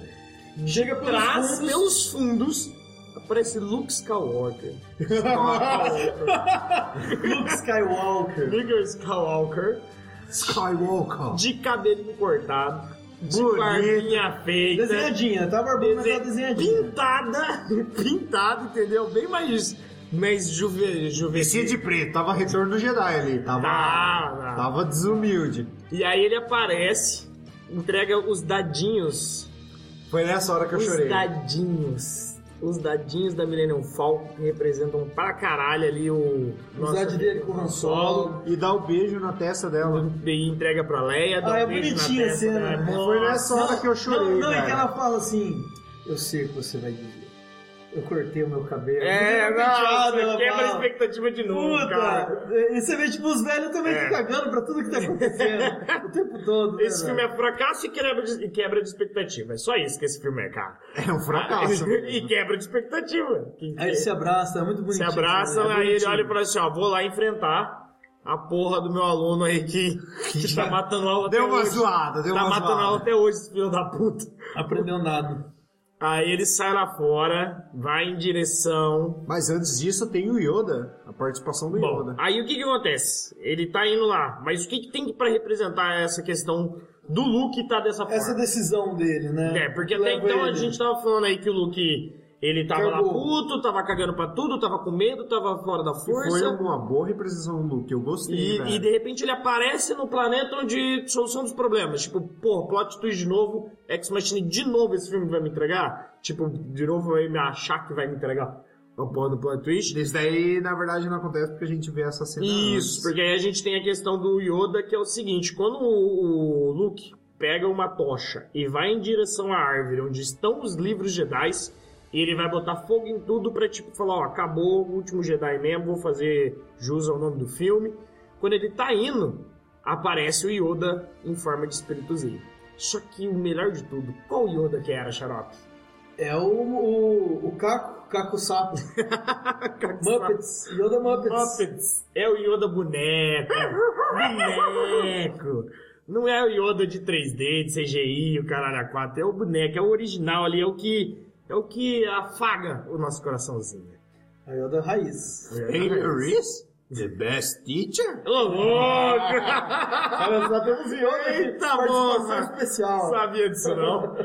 Speaker 2: Chega pelos
Speaker 3: traz
Speaker 2: fundos.
Speaker 3: pelos fundos, aparece Luke Skywalker.
Speaker 2: Luke Skywalker.
Speaker 3: Luke Skywalker,
Speaker 4: Skywalker.
Speaker 3: de cabelo cortado, de
Speaker 4: Bonito.
Speaker 3: barbinha feita.
Speaker 2: Desenhadinha, tá barbudo, mas tá
Speaker 3: dese-
Speaker 2: desenhadinha.
Speaker 3: Pintada, pintada, entendeu? Bem mais, mais juve,
Speaker 4: Vestido de
Speaker 3: juvenil. Ah,
Speaker 4: preto, tava retorno do Jedi ali, tava,
Speaker 3: Tá, tá.
Speaker 4: tava desumilde.
Speaker 3: E aí ele aparece, entrega os dadinhos
Speaker 4: Foi nessa hora que eu
Speaker 3: os
Speaker 4: chorei.
Speaker 3: dadinhos. Os dadinhos da Millennium Falcon que representam pra caralho ali o.
Speaker 2: Amizade dele com o Han Solo.
Speaker 4: E dá o beijo na testa dela.
Speaker 3: E entrega pra Leia. dá
Speaker 2: Ah,
Speaker 3: um
Speaker 2: é
Speaker 3: beijo na
Speaker 2: bonitinha a
Speaker 3: testa
Speaker 2: cena,
Speaker 3: dela.
Speaker 2: né?
Speaker 3: Nossa.
Speaker 4: Foi nessa hora que eu chorei,
Speaker 2: Não, não é
Speaker 4: cara.
Speaker 2: que ela fala assim: Eu sei o que você vai dizer. Eu cortei o meu cabelo.
Speaker 3: É,
Speaker 2: Eu penteado,
Speaker 3: nossa,
Speaker 2: ela
Speaker 3: quebra a
Speaker 2: fala.
Speaker 3: expectativa de novo, cara.
Speaker 2: Puta! E você vê, tipo, os velhos também
Speaker 3: É.
Speaker 2: se cagando pra tudo que tá acontecendo. o tempo todo. né,
Speaker 3: Esse filme
Speaker 2: velho?
Speaker 3: é fracasso e quebra de, e quebra de expectativa. É só isso que esse filme é, cara.
Speaker 4: É um fracasso.
Speaker 3: e quebra de expectativa. Que-
Speaker 2: Aí eles se abraçam, é muito
Speaker 3: se
Speaker 2: bonitinho.
Speaker 3: abraçam,
Speaker 2: né? É
Speaker 3: aí ele
Speaker 2: bonitinho.
Speaker 3: olha e fala assim: ó, vou lá enfrentar a porra do meu aluno aí que, que tá matando aula até
Speaker 4: Deu uma
Speaker 3: hoje.
Speaker 4: zoada, deu
Speaker 3: tá
Speaker 4: uma
Speaker 3: matando ela
Speaker 4: zoada.
Speaker 3: até hoje, esse filho da puta.
Speaker 2: Aprendeu nada.
Speaker 3: Aí ele sai lá fora, vai em direção.
Speaker 4: Mas antes disso tem o Yoda, a participação do
Speaker 3: Bom,
Speaker 4: Yoda.
Speaker 3: aí o que que acontece? Ele tá indo lá, mas o que que tem que pra representar essa questão do Luke tá dessa forma?
Speaker 2: Essa é decisão dele, né?
Speaker 3: É, porque até
Speaker 2: Leva
Speaker 3: então a
Speaker 2: ele.
Speaker 3: gente tava falando aí que o Luke, ele tava lá
Speaker 2: Cagou.
Speaker 3: puto, tava cagando pra tudo, tava com medo, tava fora da
Speaker 4: E foi
Speaker 3: força.
Speaker 4: uma boa representação do Luke, eu gostei,
Speaker 3: um E,
Speaker 4: velho.
Speaker 3: e de repente ele aparece no planeta onde solução dos problemas. Tipo, pô, plot twist de novo, Ex Machine de novo esse filme vai me entregar? Tipo, de novo vai me achar que vai me entregar o porra do plot twist?
Speaker 4: Isso daí, na verdade, não acontece porque a gente vê essa cena
Speaker 3: Isso,
Speaker 4: antes.
Speaker 3: porque aí a gente tem a questão do Yoda, que é o seguinte: quando o, o Luke pega uma tocha e vai em direção à árvore onde estão os livros Jedi, e ele vai botar fogo em tudo pra tipo falar: ó, acabou o último Jedi mesmo, vou fazer jus ao nome do filme. Quando ele tá indo, aparece o Yoda em forma de espíritozinho. Só que o melhor de tudo, qual Yoda que era, Xarope?
Speaker 2: É o, o, o Caco, Caco Sapo. Muppets, Yoda Muppets.
Speaker 3: Muppets. É o Yoda boneco. boneco. Não é o Yoda de 3D, de CGI, o caralho a 4. É o boneco, é o original ali, é o que, é o que afaga o nosso coraçãozinho.
Speaker 2: A Yoda Raiz.
Speaker 3: É.
Speaker 4: Hey, Reese, the best teacher?
Speaker 3: Ô, louco!
Speaker 2: Olha só, temos Yoda aqui.
Speaker 3: Eita,
Speaker 2: Participação
Speaker 3: moça!
Speaker 2: especial.
Speaker 3: Sabia disso não.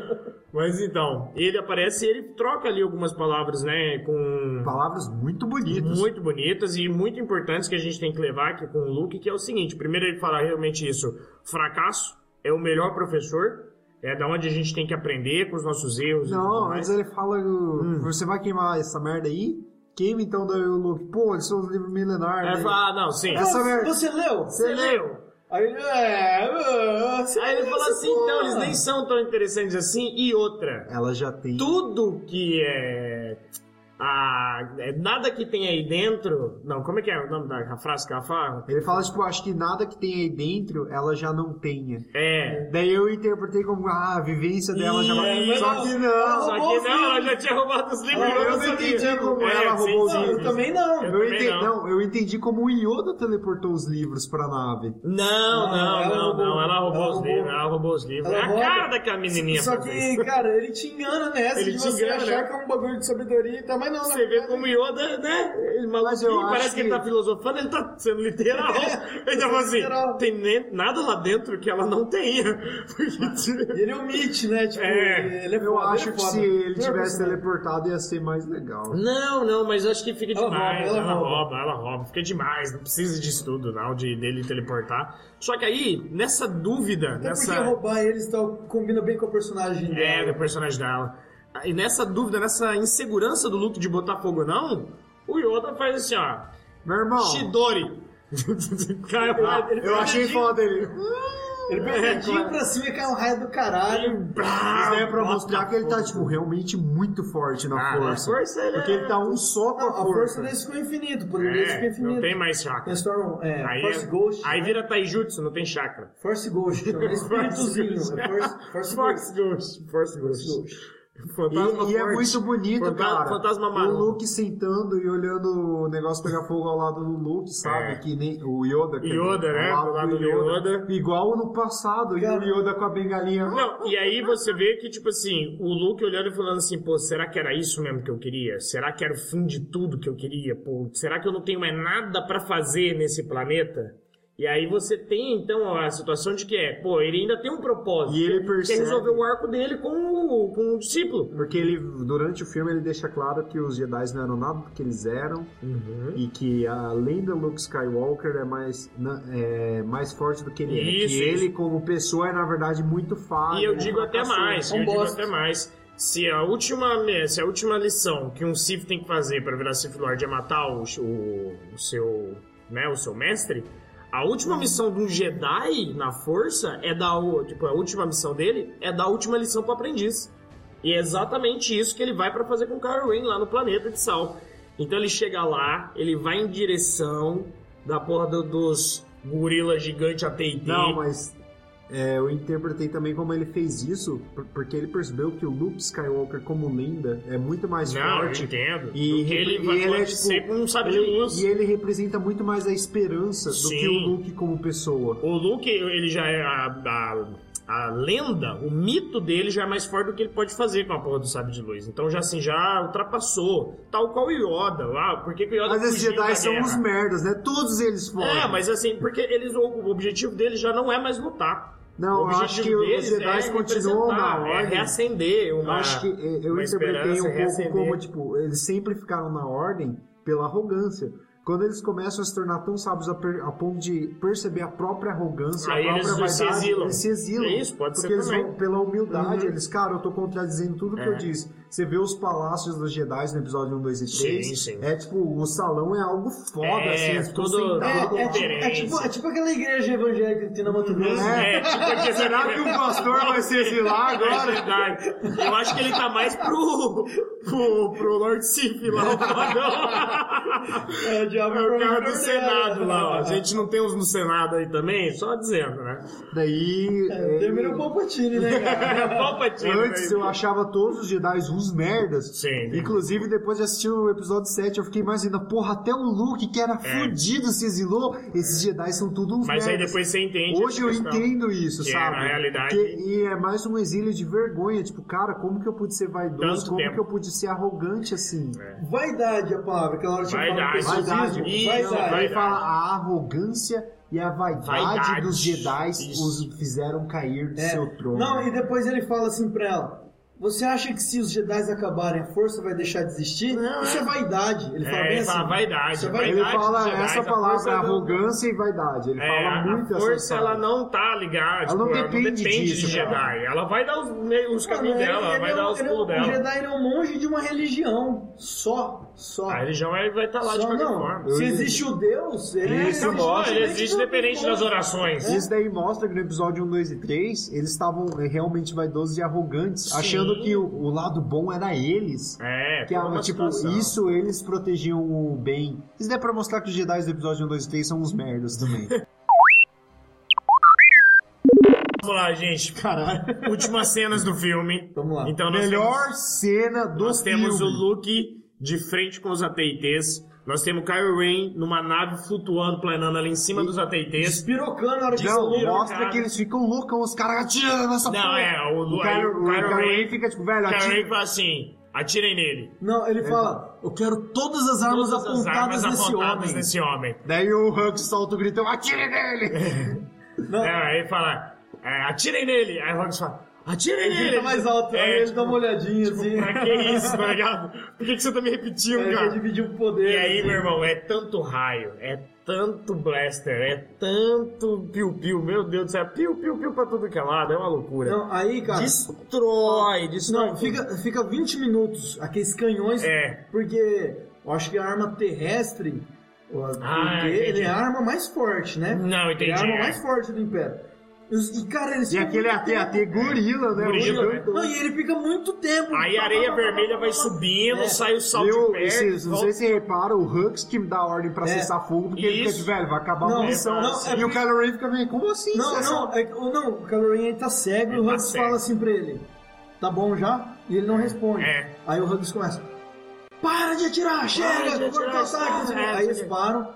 Speaker 3: Mas então, ele aparece e ele troca ali algumas palavras, né, com
Speaker 4: Palavras muito bonitas.
Speaker 3: Muito bonitas e muito importantes que a gente tem que levar aqui com o Luke, que é o seguinte: primeiro ele fala realmente isso, fracasso é o melhor professor, é da onde a gente tem que aprender com os nossos erros. e tudo
Speaker 4: Não,
Speaker 3: mais.
Speaker 4: mas ele fala, "Hum,
Speaker 3: Hum.
Speaker 4: você vai queimar essa merda aí? Queima então daí o Luke. Pô, eles são os livros milenares.
Speaker 3: Aí
Speaker 4: né?
Speaker 3: fala, ah, não, sim.
Speaker 4: Essa merda-
Speaker 2: É, Você leu?
Speaker 3: Você leu?
Speaker 2: Aí ele, é, ah, você
Speaker 3: Aí ele
Speaker 2: leu
Speaker 3: fala
Speaker 2: essa
Speaker 3: assim: então,
Speaker 2: porra.
Speaker 3: eles nem são tão interessantes assim. E outra,
Speaker 4: Ela já tem.
Speaker 3: tudo que é. a- é nada que tem aí dentro. Não, como é que é o nome da frase que ela fala?
Speaker 4: Ele fala, tipo, acho que nada que tem aí dentro ela já não tenha.
Speaker 3: É.
Speaker 4: Daí eu interpretei como, ah, a vivência dela já
Speaker 3: Ih,
Speaker 4: vai.
Speaker 3: mas
Speaker 4: Só
Speaker 2: não.
Speaker 4: que não.
Speaker 3: Só
Speaker 2: roubou
Speaker 3: que
Speaker 2: os
Speaker 3: não, ela
Speaker 2: livros.
Speaker 3: já tinha roubado os livros.
Speaker 2: Ela-
Speaker 3: eu
Speaker 2: eu
Speaker 3: não
Speaker 2: não
Speaker 3: sabia.
Speaker 4: entendi como
Speaker 3: É,
Speaker 4: ela
Speaker 3: sim,
Speaker 4: roubou os
Speaker 3: sim,
Speaker 2: Não,
Speaker 4: livros.
Speaker 2: eu
Speaker 3: sim.
Speaker 2: também não.
Speaker 3: Eu
Speaker 4: Eu
Speaker 3: também
Speaker 4: entendi,
Speaker 3: não.
Speaker 4: não. eu entendi como o Yoda teleportou os livros pra nave.
Speaker 3: Não, não,
Speaker 2: Não, Ah, ela
Speaker 3: não,
Speaker 2: roubou.
Speaker 3: não. Ela roubou
Speaker 2: Ela
Speaker 3: os
Speaker 2: roubou.
Speaker 3: livros. Ela roubou os livros.
Speaker 2: Ela
Speaker 3: é a
Speaker 2: rouba.
Speaker 3: cara daquela menininha.
Speaker 2: Só
Speaker 3: faz isso.
Speaker 2: que, cara, ele te engana nessa
Speaker 3: Ele
Speaker 2: de
Speaker 3: te
Speaker 2: você
Speaker 3: engana,
Speaker 2: achar
Speaker 3: né?
Speaker 2: que é um bagulho de sabedoria e tal, mas não, né?
Speaker 3: Você vê como Yoda, né? Ele maluquinho,
Speaker 4: eu acho
Speaker 3: parece que ele
Speaker 4: que-
Speaker 3: tá filosofando, ele tá sendo literal. ele tá falando assim,
Speaker 2: É, literal.
Speaker 3: tem nem- nada lá dentro que ela não tenha.
Speaker 2: Ah.
Speaker 3: Porque-
Speaker 2: E ele omite, né? Tipo,
Speaker 3: É,
Speaker 2: ele é
Speaker 4: Eu
Speaker 2: foda,
Speaker 4: acho
Speaker 2: ele é
Speaker 4: que
Speaker 2: foda.
Speaker 4: se ele
Speaker 2: Não é
Speaker 4: tivesse
Speaker 2: personagem.
Speaker 4: teleportado ia ser mais legal.
Speaker 3: Não, não, mas eu acho que fica
Speaker 2: Ela
Speaker 3: demais.
Speaker 2: rouba,
Speaker 3: ela,
Speaker 2: ela
Speaker 3: rouba.
Speaker 2: rouba.
Speaker 3: ela rouba. Fica demais, não precisa disso tudo, não, de dele teleportar. Só que aí, nessa dúvida,
Speaker 2: Até
Speaker 3: nessa.
Speaker 2: porque roubar eles tal, combina bem com a personagem
Speaker 3: É, do
Speaker 2: dela.
Speaker 3: personagem dela. Ah, E nessa dúvida, nessa insegurança do Luke de botar fogo ou não, o Yoda faz assim, ó.
Speaker 4: Meu irmão, ah,
Speaker 3: Shidori. Caiu lá, ele
Speaker 4: Eu
Speaker 3: foi
Speaker 4: achei
Speaker 3: rapidinho.
Speaker 4: foda ele.
Speaker 2: Ele pega
Speaker 3: É,
Speaker 2: o dedinho
Speaker 3: claro.
Speaker 2: pra cima e cai um raio do caralho.
Speaker 3: Ele-
Speaker 4: Isso daí é pra
Speaker 3: Bota
Speaker 4: mostrar que ele tá, tipo, realmente muito forte na
Speaker 3: Ah, na
Speaker 4: força.
Speaker 3: força ele
Speaker 4: Porque
Speaker 3: é-
Speaker 4: ele tá um só com
Speaker 2: Não,
Speaker 4: a
Speaker 2: a
Speaker 4: força.
Speaker 2: força desse ficou infinito, o poder desse ficou
Speaker 3: É,
Speaker 2: infinito.
Speaker 3: não tem mais chakra.
Speaker 2: Transformam, é,
Speaker 3: Aí,
Speaker 2: Force
Speaker 3: é-
Speaker 2: Ghost.
Speaker 3: aí vira taijutsu, não tem chakra.
Speaker 2: Force Ghost, chama, é espíritozinho. É Force, Force Ghost.
Speaker 3: Ghost. Force Ghost. Fantasma
Speaker 4: E, e é
Speaker 3: forte.
Speaker 4: muito bonito,
Speaker 3: Fanta-
Speaker 4: cara.
Speaker 3: Fantasma
Speaker 4: o
Speaker 3: maluco.
Speaker 4: Luke sentando e olhando o negócio pegar fogo ao lado do Luke, sabe?
Speaker 3: É.
Speaker 4: Que nem o Yoda. quer dizer,
Speaker 3: Yoda, né?
Speaker 4: Ao
Speaker 3: Do lado do Yoda.
Speaker 4: Igual no passado, e o
Speaker 2: Cara.
Speaker 4: Yoda com a bengalinha.
Speaker 3: Não, e aí você vê que, tipo assim, o Luke olhando e falando assim, pô, será que era isso mesmo que eu queria? Será que era o fim de tudo que eu queria? Pô, será que eu não tenho mais nada pra fazer nesse planeta? E aí você tem, então, a situação de que é, pô, ele ainda tem um propósito.
Speaker 4: E ele
Speaker 3: que é- que é
Speaker 4: percebe.
Speaker 3: resolver o arco dele com o, com o discípulo.
Speaker 4: Porque ele, durante o filme, ele deixa claro que os Jedi não eram nada do que eles eram e que a lenda Luke Skywalker é mais, na- é mais forte do que ele é.
Speaker 3: Isso,
Speaker 4: que
Speaker 3: isso.
Speaker 4: ele, como pessoa, é na verdade muito falho.
Speaker 3: E eu
Speaker 4: ele
Speaker 3: digo até
Speaker 4: fracassou.
Speaker 3: mais,
Speaker 2: é um
Speaker 3: eu digo
Speaker 2: bosta.
Speaker 3: até mais. Se a última, se a última lição que um Sith tem que fazer para virar Sith Lord é matar o, o- o seu, né, o seu mestre, a última missão de um Jedi na força é dar o, tipo, a última missão dele é dar a última lição pro aprendiz. E é exatamente isso que ele vai para fazer com o Kylo Ren lá no planeta de Sal. Então ele chega lá, ele vai em direção da porra do- dos gorila gigante AT&T.
Speaker 4: Não, mas é, eu interpretei também como ele fez isso, por- porque ele percebeu que o Luke Skywalker, como lenda, é muito mais
Speaker 3: Não, eu
Speaker 4: forte.
Speaker 3: entendo.
Speaker 4: E-
Speaker 3: Porque ele
Speaker 4: e
Speaker 3: vai
Speaker 4: ele é,
Speaker 3: ele
Speaker 4: tipo,
Speaker 3: sempre um sabre de
Speaker 4: Ele-
Speaker 3: luz.
Speaker 4: e ele representa muito mais a esperança do
Speaker 3: Sim.
Speaker 4: que o Luke como pessoa.
Speaker 3: O Luke, ele já é a, a, a lenda, o mito dele já é mais forte do que ele pode fazer com a porra do sabre de luz. Então já assim, já ultrapassou. Tal qual o Yoda lá. Por que, que o Yoda
Speaker 4: Mas esses
Speaker 3: fugiu da
Speaker 4: Jedi são
Speaker 3: guerra?
Speaker 4: uns merdas, né? Todos eles foram.
Speaker 3: É, mas assim, porque eles, o, o objetivo deles já não é mais lutar. o
Speaker 4: Não, eu
Speaker 3: objetivo
Speaker 4: acho que os
Speaker 3: deles
Speaker 4: Jedi
Speaker 3: é
Speaker 4: continuam na
Speaker 3: representar, é
Speaker 4: ordem.
Speaker 3: reacender
Speaker 4: Eu
Speaker 3: uma...
Speaker 4: acho que eh, eu
Speaker 3: Ah, uma
Speaker 4: interpretei
Speaker 3: esperança, é
Speaker 4: um pouco
Speaker 3: reacender.
Speaker 4: como, tipo, eles sempre ficaram na ordem pela arrogância. Quando eles começam a se tornar tão sábios a, per- a ponto de perceber a própria arrogância,
Speaker 3: Aí
Speaker 4: a
Speaker 3: eles
Speaker 4: própria
Speaker 3: se
Speaker 4: vaidade,
Speaker 3: exilam.
Speaker 4: eles se exilam.
Speaker 3: É isso, pode ser
Speaker 4: porque eles
Speaker 3: também.
Speaker 4: vão pela humildade,
Speaker 3: Uhum.
Speaker 4: eles, cara, eu tô contradizendo tudo que
Speaker 3: É.
Speaker 4: eu disse. Você vê os palácios dos Jedi no episódio 1, 2 e 3.
Speaker 3: Sim, sim.
Speaker 4: É tipo, o salão é algo foda,
Speaker 3: É,
Speaker 4: assim, eles ficam
Speaker 3: tudo-
Speaker 4: sentados
Speaker 2: É, é,
Speaker 4: lá.
Speaker 2: tipo, é, tipo, é tipo aquela igreja evangélica que tem na Mato Grosso.
Speaker 3: É, tipo, porque
Speaker 4: Será que o pastor vai se exilar
Speaker 3: É
Speaker 4: agora?
Speaker 3: verdade. Eu acho que ele tá mais pro. pro, pro Lord Sif lá, o fodão.
Speaker 2: É, o diabo
Speaker 3: É o cara do
Speaker 2: promotor
Speaker 3: Senado
Speaker 2: dela. É,
Speaker 3: lá, ó. A gente não tem uns no Senado aí também? Só dizendo, né?
Speaker 4: Daí.
Speaker 2: É,
Speaker 4: ele-
Speaker 2: Termina o Palpatine, né,
Speaker 3: É
Speaker 2: cara?
Speaker 3: Palpatine,
Speaker 4: Antes
Speaker 3: né?
Speaker 4: eu achava todos os Jedi uns merdas.
Speaker 3: Sim.
Speaker 4: Inclusive, depois de assistir o episódio 7, eu fiquei mais ainda, porra, até o Luke, que era fudido, se exilou. Esses Jedi são tudo uns
Speaker 3: É. Mas aí
Speaker 4: merdas.
Speaker 3: depois você entende.
Speaker 4: é, Hoje
Speaker 3: essa
Speaker 4: eu
Speaker 3: questão.
Speaker 4: entendo isso,
Speaker 3: Que é,
Speaker 4: sabe?
Speaker 3: na realidade-
Speaker 4: Que- e é mais um exílio de vergonha. Tipo, cara, como que eu pude ser vaidoso?
Speaker 3: Tanto
Speaker 4: como
Speaker 3: tempo.
Speaker 4: que eu pude ser arrogante assim?
Speaker 2: Vaidade é a palavra, aquela hora que eu falo
Speaker 3: Vaidade.
Speaker 2: preciosismo.
Speaker 3: Vaidade. Isso,
Speaker 2: Vaidade.
Speaker 4: Então, Aí
Speaker 3: vaidade.
Speaker 4: fala a arrogância e a vaidade,
Speaker 3: Vaidade.
Speaker 4: dos Jedi
Speaker 3: Isso.
Speaker 4: os fizeram cair do
Speaker 2: É.
Speaker 4: seu trono.
Speaker 2: Não, e depois ele fala assim pra ela: Você acha que se os Jedi acabarem, a força vai deixar de existir?
Speaker 3: Não,
Speaker 2: Isso é vaidade. Ele fala
Speaker 3: É,
Speaker 2: bem
Speaker 3: ele
Speaker 2: assim.
Speaker 3: fala vaidade.
Speaker 2: Você vai-
Speaker 3: vaidade
Speaker 4: Ele fala
Speaker 3: dos Jedi,
Speaker 4: essa
Speaker 3: é a
Speaker 4: palavra,
Speaker 3: força do-
Speaker 4: arrogância e vaidade. Ele
Speaker 3: É,
Speaker 4: fala
Speaker 3: a,
Speaker 4: muito
Speaker 3: a
Speaker 4: essa
Speaker 3: força
Speaker 4: palavra.
Speaker 3: ela não tá ligada.
Speaker 4: Ela não
Speaker 3: tipo,
Speaker 4: depende
Speaker 3: de
Speaker 4: disso,
Speaker 3: Jedi.
Speaker 4: cara.
Speaker 3: Ela vai dar os, meio- os
Speaker 2: Mano,
Speaker 3: caminhos
Speaker 2: ele-
Speaker 3: dela, ela
Speaker 2: ele
Speaker 3: vai
Speaker 2: é
Speaker 3: dar
Speaker 2: um-
Speaker 3: os
Speaker 2: ele é um-
Speaker 3: pulos
Speaker 2: O
Speaker 3: dela.
Speaker 2: Jedi ele é um monge de uma religião. Só. Só.
Speaker 3: A religião vai estar tá lá de
Speaker 2: só
Speaker 3: qualquer
Speaker 2: não.
Speaker 3: forma.
Speaker 2: Se existe o Deus, ele é
Speaker 4: Isso,
Speaker 2: um monge,
Speaker 3: Não, ele
Speaker 2: independente
Speaker 3: existe
Speaker 2: do-
Speaker 3: independente das orações.
Speaker 4: Isso daí mostra que no episódio 1, 2 e 3 eles estavam é, realmente vaidosos e arrogantes,
Speaker 3: Sim.
Speaker 4: achando que o, o lado bom era eles.
Speaker 3: É,
Speaker 4: Que
Speaker 3: toda
Speaker 4: ah,
Speaker 3: uma
Speaker 4: tipo,
Speaker 3: situação.
Speaker 4: isso eles protegiam o bem. Isso daí é pra mostrar que os Jedi do episódio 1, 2 e 3 são uns merdas também.
Speaker 3: Vamos lá, gente.
Speaker 4: Caralho.
Speaker 3: Últimas cenas do filme.
Speaker 2: Vamos lá.
Speaker 3: Então nós
Speaker 4: Melhor
Speaker 3: temos,
Speaker 4: cena do
Speaker 3: nós
Speaker 4: filme.
Speaker 3: temos o Luke de frente com os AT&Ts. Nós temos o Kylo Ren numa nave flutuando, planando ali em cima dos AT&Ts.
Speaker 2: Despirocando a hora que
Speaker 4: Não,
Speaker 2: explodiram.
Speaker 4: mostra
Speaker 3: cara.
Speaker 4: que eles ficam loucão, os caras atirando nessa
Speaker 3: Não,
Speaker 4: porra.
Speaker 3: é, o,
Speaker 4: O
Speaker 3: Lu- aí
Speaker 4: Kylo
Speaker 3: o Kylo
Speaker 4: Ren
Speaker 3: Ren...
Speaker 4: fica tipo, velho,
Speaker 3: O Kylo
Speaker 4: atira.
Speaker 3: Ren fala assim, atirem nele.
Speaker 2: Não, ele fala: É, Eu quero todas as armas
Speaker 3: Todas as
Speaker 2: apontadas
Speaker 3: armas
Speaker 2: nesse
Speaker 3: apontadas
Speaker 2: homem.
Speaker 3: nesse homem.
Speaker 4: Daí o Hux solta o gritão, atire nele!
Speaker 2: Não.
Speaker 3: É, aí fala, é, atirem nele. Aí o Rock fala, atirem
Speaker 2: Ele
Speaker 3: nele.
Speaker 2: grita mais alto,
Speaker 3: É,
Speaker 2: aí ele
Speaker 3: tipo,
Speaker 2: dá uma olhadinha assim.
Speaker 3: Pra que isso, tá ligado? Por que, que você tá me repetindo,
Speaker 2: Ele quer
Speaker 3: cara?
Speaker 2: dividir o poder. assim.
Speaker 3: E aí, meu irmão, é tanto raio, é tanto blaster, é tanto piu-piu, meu Deus do céu, piu-piu-piu pra tudo que é lado, é uma loucura.
Speaker 2: Não, aí, cara.
Speaker 3: destrói, destrói.
Speaker 2: Não, fica, fica 20 minutos aqueles canhões,
Speaker 3: É.
Speaker 2: porque eu acho que a arma terrestre O As-
Speaker 3: Ah,
Speaker 2: porque ele
Speaker 3: entendi.
Speaker 2: é a arma mais forte, né?
Speaker 3: Não,
Speaker 2: Ele é a
Speaker 3: entendi.
Speaker 2: arma
Speaker 3: é.
Speaker 2: mais forte do Império. E, os- e, cara, eles
Speaker 4: assim, E
Speaker 2: ficam
Speaker 4: aquele
Speaker 2: muito
Speaker 4: até até
Speaker 2: tempo-
Speaker 4: gorila, né?
Speaker 3: Gorila,
Speaker 4: Um
Speaker 3: né?
Speaker 4: gigantão.
Speaker 2: Não, e ele fica muito tempo.
Speaker 3: Aí a areia vermelha vai subindo,
Speaker 2: É.
Speaker 3: sai o salto
Speaker 4: Eu,
Speaker 3: de perna,
Speaker 4: esses, não sei
Speaker 3: volta-
Speaker 4: se repara, o Hux que dá ordem pra
Speaker 2: É.
Speaker 4: cessar fogo, porque ele fica
Speaker 3: Isso.
Speaker 4: de velho, vai acabar
Speaker 2: Não,
Speaker 4: a
Speaker 3: Então,
Speaker 4: munição.
Speaker 3: assim,
Speaker 2: não, é
Speaker 4: e o
Speaker 2: porque-
Speaker 4: Kylo Ren fica meio, como assim?
Speaker 2: Não,
Speaker 4: cessar
Speaker 2: não, é, que- ou não, o Calorinha ele tá cego e
Speaker 3: Ele
Speaker 2: o
Speaker 3: tá
Speaker 2: Hugs
Speaker 3: cego.
Speaker 2: fala assim pra ele: Tá bom já? E ele não responde.
Speaker 3: É.
Speaker 2: Aí o Hugs começa: Para de atirar,
Speaker 3: de
Speaker 2: chega,
Speaker 3: atirar,
Speaker 2: contra-ataque.
Speaker 3: é,
Speaker 2: Aí eles
Speaker 3: chega.
Speaker 2: param,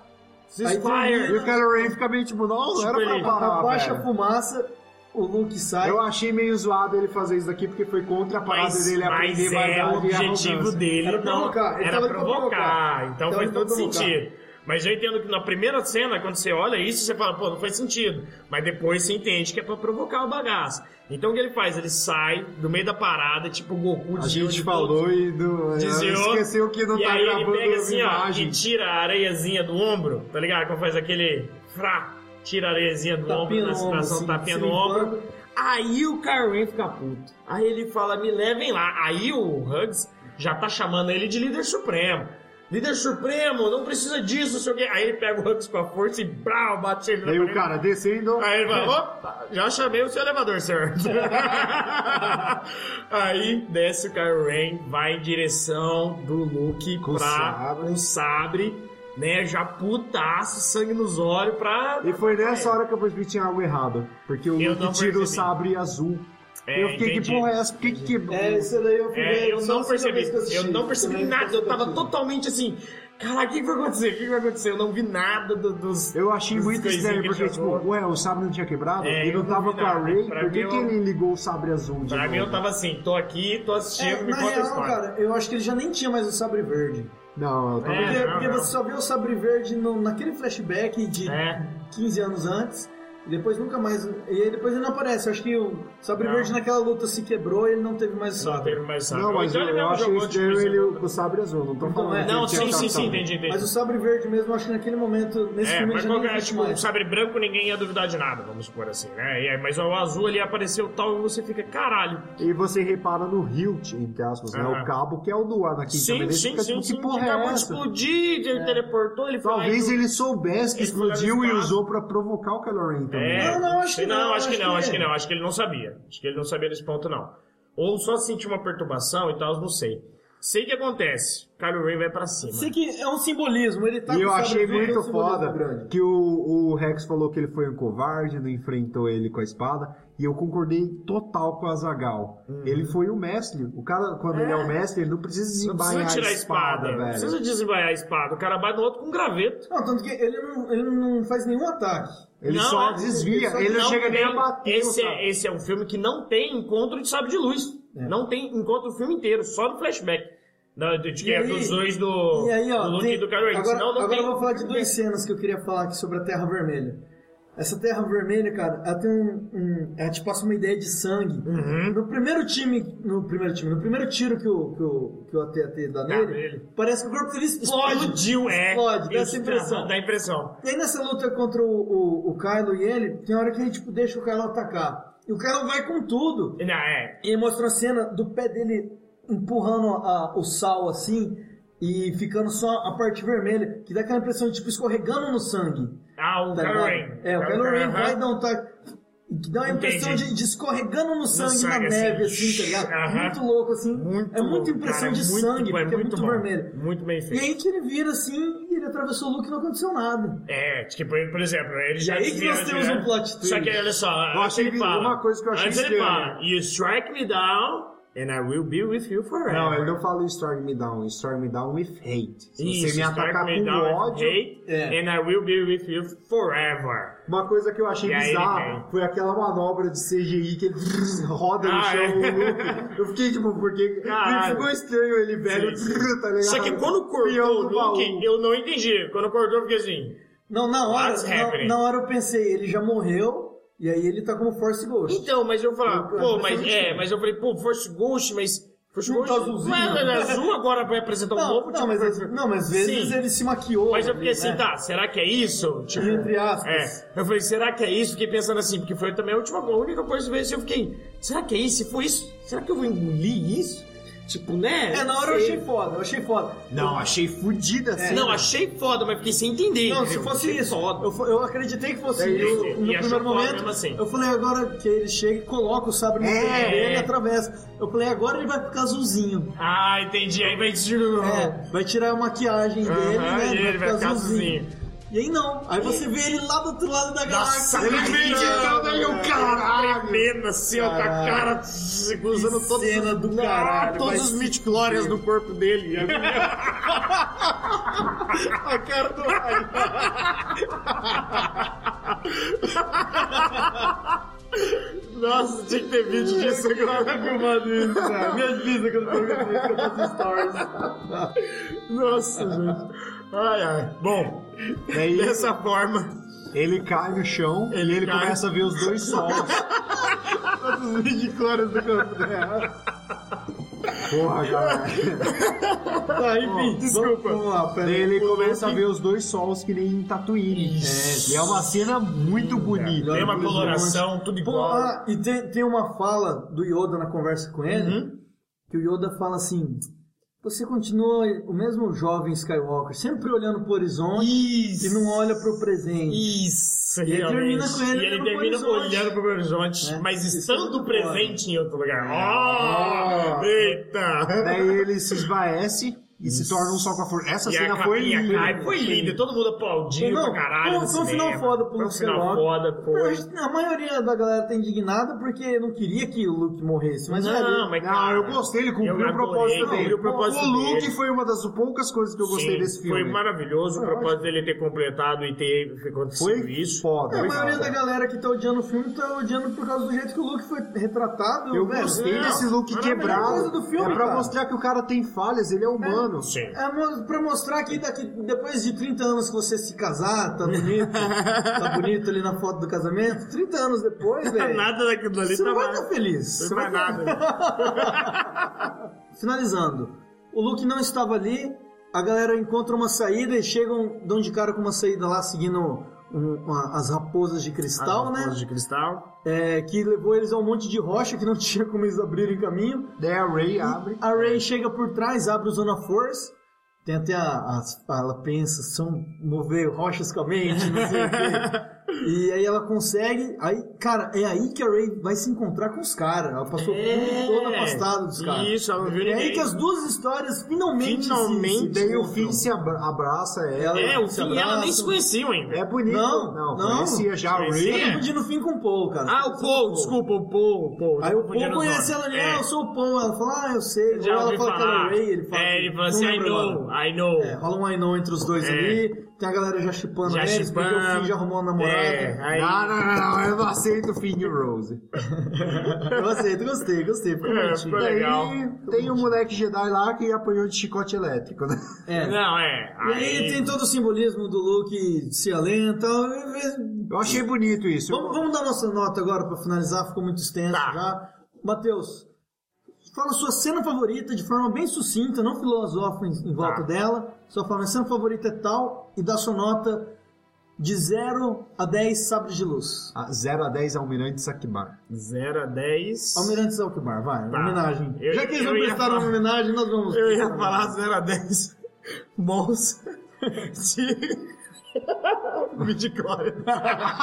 Speaker 3: Ceasefire.
Speaker 2: termina.
Speaker 4: E o Kylo Ren fica meio tipo, não, não era pra
Speaker 3: Tipo,
Speaker 4: parar,
Speaker 2: abaixa tá, a
Speaker 4: velho.
Speaker 2: fumaça, o Luke sai.
Speaker 4: Eu achei meio zoado ele fazer isso daqui, porque foi contra a parada
Speaker 3: Mas,
Speaker 4: dele aprender
Speaker 3: mas é o
Speaker 4: vaidade e
Speaker 3: objetivo
Speaker 4: arrogância.
Speaker 3: dele.
Speaker 2: Era
Speaker 3: não,
Speaker 2: provocar, ele
Speaker 3: Era
Speaker 2: tava ali pra
Speaker 3: provocar.
Speaker 2: provocar.
Speaker 3: Então,
Speaker 2: Então
Speaker 3: faz
Speaker 2: ele
Speaker 3: todo
Speaker 2: foi provocar.
Speaker 3: sentido. Mas eu entendo que na primeira cena, quando você olha isso, você fala, pô, não faz sentido. Mas depois você entende que é pra provocar o bagaço. Então o que ele faz? Ele sai do meio da parada, tipo o Goku
Speaker 4: A
Speaker 3: desviou
Speaker 4: gente
Speaker 3: de todos
Speaker 4: falou e do, é,
Speaker 3: Desviou.
Speaker 4: esqueceu que não
Speaker 3: e
Speaker 4: tá
Speaker 3: aí ele
Speaker 4: gravando
Speaker 3: pega assim, ó, e
Speaker 4: imagem.
Speaker 3: tira a areiazinha do ombro, tá ligado? Quando faz aquele frá, tira a areiazinha do ombro,
Speaker 2: Tapinha
Speaker 3: na
Speaker 2: no ombro,
Speaker 3: situação
Speaker 2: assim,
Speaker 3: tapinha
Speaker 2: se
Speaker 3: no ombro.
Speaker 2: limpando.
Speaker 3: Aí o Kyren fica puto. Aí ele fala, me levem lá. Aí o Hugs já tá chamando ele de líder supremo. Líder supremo, não precisa disso, não sei o quê. Aí ele pega o Hugs com a força e brau, bate ele na
Speaker 4: Aí o
Speaker 3: parede.
Speaker 4: cara descendo,
Speaker 3: Aí ele fala, opa, já chamei o seu elevador, senhor. Aí desce o Kylo Ren, vai em direção do Luke
Speaker 4: Com
Speaker 3: pra
Speaker 4: sabre.
Speaker 3: um sabre, né? Já putaço, sangue nos olhos pra...
Speaker 4: e foi nessa hora que eu percebi que tinha algo errado. Porque o
Speaker 3: Eu
Speaker 4: Luke
Speaker 3: não
Speaker 4: tira o
Speaker 3: percebi.
Speaker 4: sabre azul.
Speaker 3: É,
Speaker 4: eu fiquei,
Speaker 3: entendi.
Speaker 4: que porra é essa? Por que que quebrou?
Speaker 2: É, isso daí eu fiquei.
Speaker 3: É, eu
Speaker 2: só a
Speaker 3: não
Speaker 2: segunda
Speaker 3: percebi,
Speaker 2: vez que assisti. né,
Speaker 3: eu não percebi
Speaker 2: Também
Speaker 3: nada, eu tava
Speaker 2: assisti.
Speaker 3: totalmente assim... Cara, o que que vai acontecer? O que que vai acontecer? Eu não vi nada do- dos...
Speaker 4: Eu achei
Speaker 3: dos
Speaker 4: muito
Speaker 3: coisinhas
Speaker 4: estranho,
Speaker 3: que
Speaker 4: porque,
Speaker 3: ele
Speaker 4: tipo,
Speaker 3: jogou.
Speaker 4: ué, o sabre não tinha quebrado?
Speaker 3: É,
Speaker 4: ele
Speaker 3: eu
Speaker 4: não
Speaker 3: não
Speaker 4: tava
Speaker 3: vi
Speaker 4: com a
Speaker 3: nada.
Speaker 4: Ray,
Speaker 3: Pra
Speaker 4: por que
Speaker 3: mim,
Speaker 4: que
Speaker 3: eu-
Speaker 4: ele ligou o sabre azul de
Speaker 3: Pra mim,
Speaker 4: novo?
Speaker 3: eu tava assim, tô aqui, tô assistindo,
Speaker 2: É,
Speaker 3: me
Speaker 2: na
Speaker 3: conta a
Speaker 2: real,
Speaker 3: história.
Speaker 2: cara, eu acho que ele já nem tinha mais o sabre verde.
Speaker 4: Não, eu tava...
Speaker 3: É,
Speaker 2: Porque,
Speaker 3: não,
Speaker 2: porque
Speaker 3: não.
Speaker 2: você só vê o Sabre Verde no- naquele flashback de
Speaker 3: É.
Speaker 2: 15 anos antes. E depois nunca mais. E aí depois ele não aparece. Eu Acho que o Sabre
Speaker 3: Não.
Speaker 2: Verde naquela luta se quebrou e ele não teve mais o
Speaker 3: Não teve
Speaker 2: Sabre.
Speaker 3: mais sabre.
Speaker 4: Não,
Speaker 3: Ou
Speaker 4: mas
Speaker 3: então
Speaker 4: eu,
Speaker 3: ele
Speaker 4: eu
Speaker 3: mesmo
Speaker 4: achei
Speaker 3: jogou, tipo,
Speaker 4: estranho ele
Speaker 3: segundo.
Speaker 4: com o sabre azul, não tô
Speaker 2: Então,
Speaker 4: falando.
Speaker 2: é.
Speaker 4: que ele
Speaker 3: Não,
Speaker 4: tinha
Speaker 3: sim,
Speaker 4: achado
Speaker 3: sim, sim,
Speaker 4: sabre.
Speaker 3: entendi, entendi.
Speaker 2: Mas o Sabre Verde mesmo, acho que naquele momento, nesse
Speaker 3: é,
Speaker 2: filme, ele
Speaker 3: mas
Speaker 2: já não
Speaker 3: qualquer,
Speaker 2: existe
Speaker 3: tipo, o
Speaker 2: mais.
Speaker 3: sabre branco ninguém ia duvidar de nada, vamos supor assim, né? E aí, mas o azul ali apareceu tal e você fica, caralho.
Speaker 4: E você repara no hilt, entre aspas, né?
Speaker 3: Aham.
Speaker 4: O cabo que é o do Anakin também.
Speaker 3: Sim,
Speaker 4: Ele
Speaker 3: sim,
Speaker 4: fica
Speaker 3: sim,
Speaker 4: tipo,
Speaker 3: sim.
Speaker 4: que porra
Speaker 3: acabou
Speaker 4: é
Speaker 3: de
Speaker 4: essa?
Speaker 3: explodir, ele teleportou, ele foi lá
Speaker 4: Talvez
Speaker 3: e-
Speaker 4: ele soubesse que
Speaker 3: Ele foi lá no
Speaker 4: explodiu e
Speaker 3: espaço.
Speaker 4: usou pra provocar o Kylo Ren também. né?
Speaker 3: É,
Speaker 2: Não, não, acho que é. não,
Speaker 3: acho que não, acho que não, acho que ele não sabia. Acho que ele não sabia nesse ponto, não. Ou só sentiu uma perturbação e tal, não sei. Sei o que acontece. Kylo Ren vai pra cima.
Speaker 2: Sei que é um simbolismo, ele tá
Speaker 4: E
Speaker 2: com
Speaker 4: eu
Speaker 2: o sabre
Speaker 4: achei
Speaker 2: verde, é um
Speaker 4: muito
Speaker 2: simbolismo
Speaker 4: foda
Speaker 2: grande.
Speaker 4: que o, o Rex falou que ele foi um covarde, não enfrentou ele com a espada. E eu concordei total com a Zagal. Ele foi o mestre. O cara, quando
Speaker 3: Uhum. É.
Speaker 4: ele é o mestre, ele não precisa
Speaker 3: Não
Speaker 4: desembainhar
Speaker 3: precisa tirar a espada,
Speaker 4: velho.
Speaker 3: não precisa desembaiar a espada. O cara bate no outro com um graveto.
Speaker 2: Não, tanto que ele não, ele não faz nenhum ataque.
Speaker 4: Ele
Speaker 3: Não,
Speaker 4: só
Speaker 3: é-
Speaker 4: desvia,
Speaker 2: só
Speaker 4: ele não,
Speaker 3: Não
Speaker 4: chega nem a
Speaker 3: tem-
Speaker 4: bater. no
Speaker 3: Esse
Speaker 4: cara.
Speaker 3: é, esse é um filme que não tem encontro de sabre de luz.
Speaker 2: É.
Speaker 3: Não tem encontro o filme inteiro, só do flashback. Da, de, de- é,
Speaker 2: E aí-
Speaker 3: dos dois do,
Speaker 2: E aí, ó,
Speaker 3: do Luke
Speaker 2: tem-
Speaker 3: e do Kylo Ren.
Speaker 2: agora,
Speaker 3: Senão não
Speaker 2: agora
Speaker 3: tem-
Speaker 2: eu vou falar de duas cenas que eu queria falar aqui sobre a Terra Vermelha. Essa Terra Vermelha, cara, ela tem um, um- ela te passa uma ideia de sangue.
Speaker 3: Uhum.
Speaker 2: No primeiro time, no primeiro time, no primeiro tiro que o que o, que o AT-AT dá
Speaker 3: Dá
Speaker 2: nele,
Speaker 3: nele.
Speaker 2: parece que o corpo dele explode.
Speaker 3: Tá Explodiu, é.
Speaker 2: Explode, dá essa
Speaker 3: Isso,
Speaker 2: impressão.
Speaker 3: aham, Dá a impressão.
Speaker 2: E aí nessa luta contra o, o, o Kylo e ele, tem hora que ele tipo deixa o Kylo atacar. E o Kylo vai com tudo.
Speaker 3: Não, é.
Speaker 2: E mostrou a cena do pé dele empurrando a- o sal assim e ficando só a parte vermelha, que dá aquela impressão de tipo escorregando no sangue.
Speaker 3: Ah, o
Speaker 2: tá
Speaker 3: Kylo
Speaker 2: ligado?
Speaker 3: Ren.
Speaker 2: É, o Kylo Ren
Speaker 3: aham.
Speaker 2: vai dar um taque. Que dá uma impressão
Speaker 3: Entendi.
Speaker 2: de, de escorregando no sangue,
Speaker 3: sangue,
Speaker 2: na neve,
Speaker 3: assim.
Speaker 2: assim, tá ligado?
Speaker 3: Aham.
Speaker 2: Muito louco, assim.
Speaker 3: Muito
Speaker 2: é muita
Speaker 3: louco,
Speaker 2: impressão
Speaker 3: cara,
Speaker 2: de
Speaker 3: é muito-
Speaker 2: sangue, porque
Speaker 3: é
Speaker 2: é muito,
Speaker 3: muito bom,
Speaker 2: vermelho.
Speaker 3: Muito bem
Speaker 2: E
Speaker 3: feito.
Speaker 2: aí que ele vira assim e ele atravessou o Luke e não aconteceu nada.
Speaker 3: É, tipo, por exemplo, ele já
Speaker 2: aí que
Speaker 3: desvia,
Speaker 2: nós temos
Speaker 3: né?
Speaker 2: um plot
Speaker 3: Só
Speaker 2: twist.
Speaker 3: que olha só, antes
Speaker 4: Eu achei
Speaker 3: ele fala.
Speaker 4: uma coisa que eu achei
Speaker 3: antes ele
Speaker 4: estranha.
Speaker 3: fala, You strike me down and I will be with you forever.
Speaker 4: Não, ele não fala Storm Me Down, Storm Me Down with hate.
Speaker 3: Isso,
Speaker 4: Se você me
Speaker 3: strike
Speaker 4: atacar
Speaker 3: me
Speaker 4: com
Speaker 3: down with
Speaker 4: ódio.
Speaker 3: hate,
Speaker 2: É.
Speaker 3: And I will be with you forever.
Speaker 4: Uma coisa que eu achei
Speaker 3: E aí ele
Speaker 4: bizarra
Speaker 3: vem.
Speaker 4: foi aquela manobra de CGI que ele roda no
Speaker 3: Ah,
Speaker 4: chão.
Speaker 3: é.
Speaker 4: o Luke. Eu fiquei tipo, porque
Speaker 3: Caralho.
Speaker 4: ficou estranho ele velho,
Speaker 3: Sim,
Speaker 4: tá ligado?
Speaker 3: Só que quando
Speaker 4: Peão
Speaker 3: cortou o
Speaker 4: do baú.
Speaker 3: Luke, eu não entendi. Quando cortou, eu fiquei assim.
Speaker 2: Não, na hora,
Speaker 3: What's
Speaker 2: na,
Speaker 3: happening?
Speaker 2: na hora eu pensei, ele já morreu e aí ele tá como Force Ghost.
Speaker 3: Então, mas eu falava,
Speaker 2: Eu- eu-
Speaker 3: pô,
Speaker 2: eu-
Speaker 3: mas
Speaker 2: eu-
Speaker 3: é, mas eu falei, pô, Force Ghost, mas. Force
Speaker 2: Não
Speaker 3: Ghost.
Speaker 2: tá azulzinho.
Speaker 3: Mas ele é azul agora vai apresentar um
Speaker 2: Não,
Speaker 3: novo
Speaker 2: não,
Speaker 3: tipo
Speaker 2: mas,
Speaker 3: Force-
Speaker 2: não, mas às vezes
Speaker 3: Sim.
Speaker 2: ele se maquiou.
Speaker 3: Mas eu
Speaker 2: né?
Speaker 3: fiquei assim, tá, será que é isso? Tipo,
Speaker 2: Entre aspas.
Speaker 3: É, eu falei, será que é isso? Fiquei pensando assim, porque assim, foi também a última, a única coisa que eu fiquei, será que é isso? Se for isso, será que eu vou engolir isso? Tipo, né?
Speaker 2: É, na hora eu
Speaker 3: Sei. É.
Speaker 2: achei foda, eu achei foda. É.
Speaker 4: Não, achei fudida assim.
Speaker 3: Não, achei foda, mas fiquei sem entender.
Speaker 2: Não, se
Speaker 3: entendeu?
Speaker 2: fosse
Speaker 3: Achei
Speaker 2: isso,
Speaker 3: Foda.
Speaker 2: eu, fo- eu acreditei que fosse
Speaker 3: Entendi.
Speaker 2: eu,
Speaker 3: É, E
Speaker 2: no
Speaker 3: achou
Speaker 2: primeiro
Speaker 3: foda
Speaker 2: momento.
Speaker 3: mesmo assim.
Speaker 2: Eu falei, agora que ele chega e coloca o sabre no
Speaker 4: É.
Speaker 2: peito dele e atravessa. Eu falei, agora ele vai ficar azulzinho.
Speaker 3: Ah, entendi. Aí vai de
Speaker 2: É, vai tirar a maquiagem
Speaker 3: Aham,
Speaker 2: dele, né?
Speaker 3: e ele vai ficar azulzinho.
Speaker 2: E aí não, aí você vê ele lá do outro lado da
Speaker 3: Nossa,
Speaker 2: galáxia.
Speaker 3: ele
Speaker 2: Ele
Speaker 3: vem de
Speaker 2: grita.
Speaker 3: cada aí, o caralho! Tremendo assim, ó, com a
Speaker 2: Caralho.
Speaker 3: cara usando
Speaker 2: Que
Speaker 3: todos,
Speaker 2: cena do
Speaker 3: Ah,
Speaker 2: caralho,
Speaker 3: todos
Speaker 2: vai
Speaker 3: os
Speaker 2: se
Speaker 3: mitglórias do corpo dele. né?
Speaker 4: a cara do
Speaker 3: Nossa, tinha que ter vídeo disso agora filmado isso, cara. Me avisa que eu não tenho vídeo, que eu faço stories. Nossa, gente. Ai, ai. Bom,
Speaker 4: Daí
Speaker 3: dessa forma,
Speaker 4: ele cai no chão e ele
Speaker 3: cai.
Speaker 4: começa a ver os dois solos. Quantos midichlorians do corpo dela. Porra, cara.
Speaker 3: tá, enfim, desculpa.
Speaker 2: Vamos lá, pera
Speaker 4: Daí
Speaker 2: aí.
Speaker 4: ele começa a ver os dois solos que nem em Tatooine.
Speaker 3: Isso.
Speaker 4: É, e é uma cena muito bonita.
Speaker 3: Tem uma coloração, tudo
Speaker 2: Pô,
Speaker 3: igual.
Speaker 2: ah, e tem, tem uma fala do Yoda na conversa com ele,
Speaker 3: Uhum.
Speaker 2: que o Yoda fala assim: Você continua o mesmo jovem Skywalker, sempre olhando pro horizonte
Speaker 3: Isso.
Speaker 2: e não olha pro presente.
Speaker 3: Isso,
Speaker 2: E ele
Speaker 3: realmente.
Speaker 2: termina com ele
Speaker 3: e ele
Speaker 2: olhando pro
Speaker 3: termina
Speaker 2: horizonte.
Speaker 3: olhando pro horizonte,
Speaker 2: É.
Speaker 3: mas
Speaker 2: Isso é
Speaker 3: estando
Speaker 2: muito É.
Speaker 3: presente em outro lugar. Oh, eita!
Speaker 4: Daí ele se esvaece e se torna um só com a força. Essa
Speaker 3: E
Speaker 4: cena
Speaker 3: a-
Speaker 4: foi
Speaker 3: e a-
Speaker 4: linda.
Speaker 3: ai, foi linda, todo mundo aplaudiu
Speaker 2: Não,
Speaker 3: pra caralho.
Speaker 2: foi-
Speaker 3: no
Speaker 2: foi um
Speaker 3: cinema.
Speaker 2: final foda pro
Speaker 3: Foi um
Speaker 2: Luke
Speaker 3: final
Speaker 2: Skywalker.
Speaker 3: foda, foi.
Speaker 2: Mas A maioria da galera tá indignada porque não queria que o Luke morresse. Mas
Speaker 3: Não,
Speaker 2: ali,
Speaker 3: mas
Speaker 4: Não,
Speaker 3: cara,
Speaker 4: eu gostei, ele cumpriu
Speaker 3: eu
Speaker 4: o propósito
Speaker 3: adorei, cumpriu
Speaker 4: dele.
Speaker 3: o propósito
Speaker 4: Luke
Speaker 3: dele.
Speaker 4: foi uma das poucas coisas que eu gostei
Speaker 3: Sim,
Speaker 4: desse filme.
Speaker 3: Foi maravilhoso o propósito dele ter completado e ter ter acontecido
Speaker 4: Foi
Speaker 3: isso.
Speaker 4: foda.
Speaker 2: a
Speaker 4: foi
Speaker 2: maioria
Speaker 3: né?
Speaker 4: foda.
Speaker 2: da galera que tá odiando o filme tá odiando por causa do jeito que o Luke foi retratado.
Speaker 4: Eu
Speaker 2: velho. É,
Speaker 4: gostei
Speaker 3: não,
Speaker 4: desse Luke
Speaker 3: mas a melhor
Speaker 4: quebrado.
Speaker 2: coisa do filme,
Speaker 4: é pra
Speaker 2: cara.
Speaker 4: mostrar que o cara tem falhas, ele é humano.
Speaker 3: Sim.
Speaker 2: É mo- pra mostrar que daqui, depois de 30 anos que você se casar, tá bonito, tá bonito ali na foto do casamento, 30 anos depois, velho,
Speaker 3: Nada daquilo ali
Speaker 2: você
Speaker 3: tá
Speaker 2: É. não vai
Speaker 3: mais.
Speaker 2: estar feliz.
Speaker 3: Não né?
Speaker 2: Você
Speaker 3: vai
Speaker 2: vai tá-
Speaker 3: nada.
Speaker 2: Finalizando, o Luke não estava ali, a galera encontra uma saída e chegam, dão de cara com uma saída lá, seguindo um- uma- as raposas de cristal,
Speaker 3: As
Speaker 2: né,
Speaker 3: de cristal.
Speaker 2: É, que levou eles a um monte de rocha que não tinha como eles abrirem caminho.
Speaker 4: Daí a Ray abre.
Speaker 2: A Ray chega por trás, abre o Zona Force. Tem até a, as- Ela pensa, são mover rochas com a mente, não sei o quê. E aí ela consegue. Aí, cara, é aí que a Ray vai se encontrar com os caras. Ela passou o
Speaker 3: É.
Speaker 2: todo afastada dos caras.
Speaker 3: Isso, ela não viu
Speaker 2: É aí
Speaker 3: ninguém.
Speaker 2: que as duas histórias finalmente. se-
Speaker 4: E
Speaker 3: Finalmente,
Speaker 2: se
Speaker 4: daí o
Speaker 2: encontram.
Speaker 4: Finn se abra- abraça ela.
Speaker 3: É, o
Speaker 2: se
Speaker 3: fim, ela nem
Speaker 2: abraçam.
Speaker 3: se conheciam ainda.
Speaker 4: É bonito.
Speaker 2: Não,
Speaker 4: não,
Speaker 2: não.
Speaker 4: conhecia já a
Speaker 3: Conhecia?
Speaker 4: Ray.
Speaker 2: Eu confundi no fim com o Paul, cara.
Speaker 3: Ah, o Paul, desculpa, o Paul, o Paul.
Speaker 2: Aí o Paul
Speaker 3: Confundindo os nomes.
Speaker 2: conhece ela ali,
Speaker 3: É.
Speaker 2: ah, eu sou o Paul. Ela fala, ah, eu sei.
Speaker 3: Já
Speaker 2: Ou ela
Speaker 3: ouvi
Speaker 2: fala que ela é
Speaker 3: falar.
Speaker 2: a Ray, ele fala.
Speaker 3: É, ele fala
Speaker 2: não
Speaker 3: assim, I
Speaker 2: lembro agora.
Speaker 3: know, I know.
Speaker 2: É, rola um I know entre os dois
Speaker 3: É.
Speaker 2: ali. Tem a galera já chipando
Speaker 3: Já
Speaker 2: eles, porque o
Speaker 3: chipando.
Speaker 2: Finn já arrumou uma namorada. né?
Speaker 3: É, aí-
Speaker 4: Não, não, não, não, eu não aceito o Finn e Rose.
Speaker 2: Eu aceito, gostei, gostei. Ficou
Speaker 3: É,
Speaker 2: bonitinho.
Speaker 3: Foi
Speaker 4: Daí
Speaker 3: legal.
Speaker 4: tem um moleque Jedi lá que apanhou de chicote elétrico, né?
Speaker 2: É.
Speaker 3: Não, é.
Speaker 2: E aí tem todo o simbolismo do Luke se alenta. e-
Speaker 4: Eu achei bonito isso.
Speaker 2: Vamos, vamos dar nossa nota agora pra finalizar, ficou muito extenso
Speaker 3: Tá.
Speaker 2: já. Matheus, fala sua cena favorita de forma bem sucinta, não filosofa em, em volta
Speaker 3: Tá.
Speaker 2: dela. Só fala, minha cena favorita é tal, e dá sua nota de 0 a 10 sabres de luz.
Speaker 4: Ah, 0 a 10 Almirante Sakibar.
Speaker 3: 0 a 10.
Speaker 2: Almirante Zalkibar, vai,
Speaker 3: Tá.
Speaker 2: homenagem.
Speaker 3: Eu-
Speaker 2: Já que eles
Speaker 3: eu
Speaker 2: não
Speaker 3: ia
Speaker 2: prestaram
Speaker 3: falar-
Speaker 2: homenagem, nós vamos.
Speaker 3: Eu ia falar 0 a 10. Mons. De. Bitcoin.
Speaker 2: Zero das Bitcoins, vai! um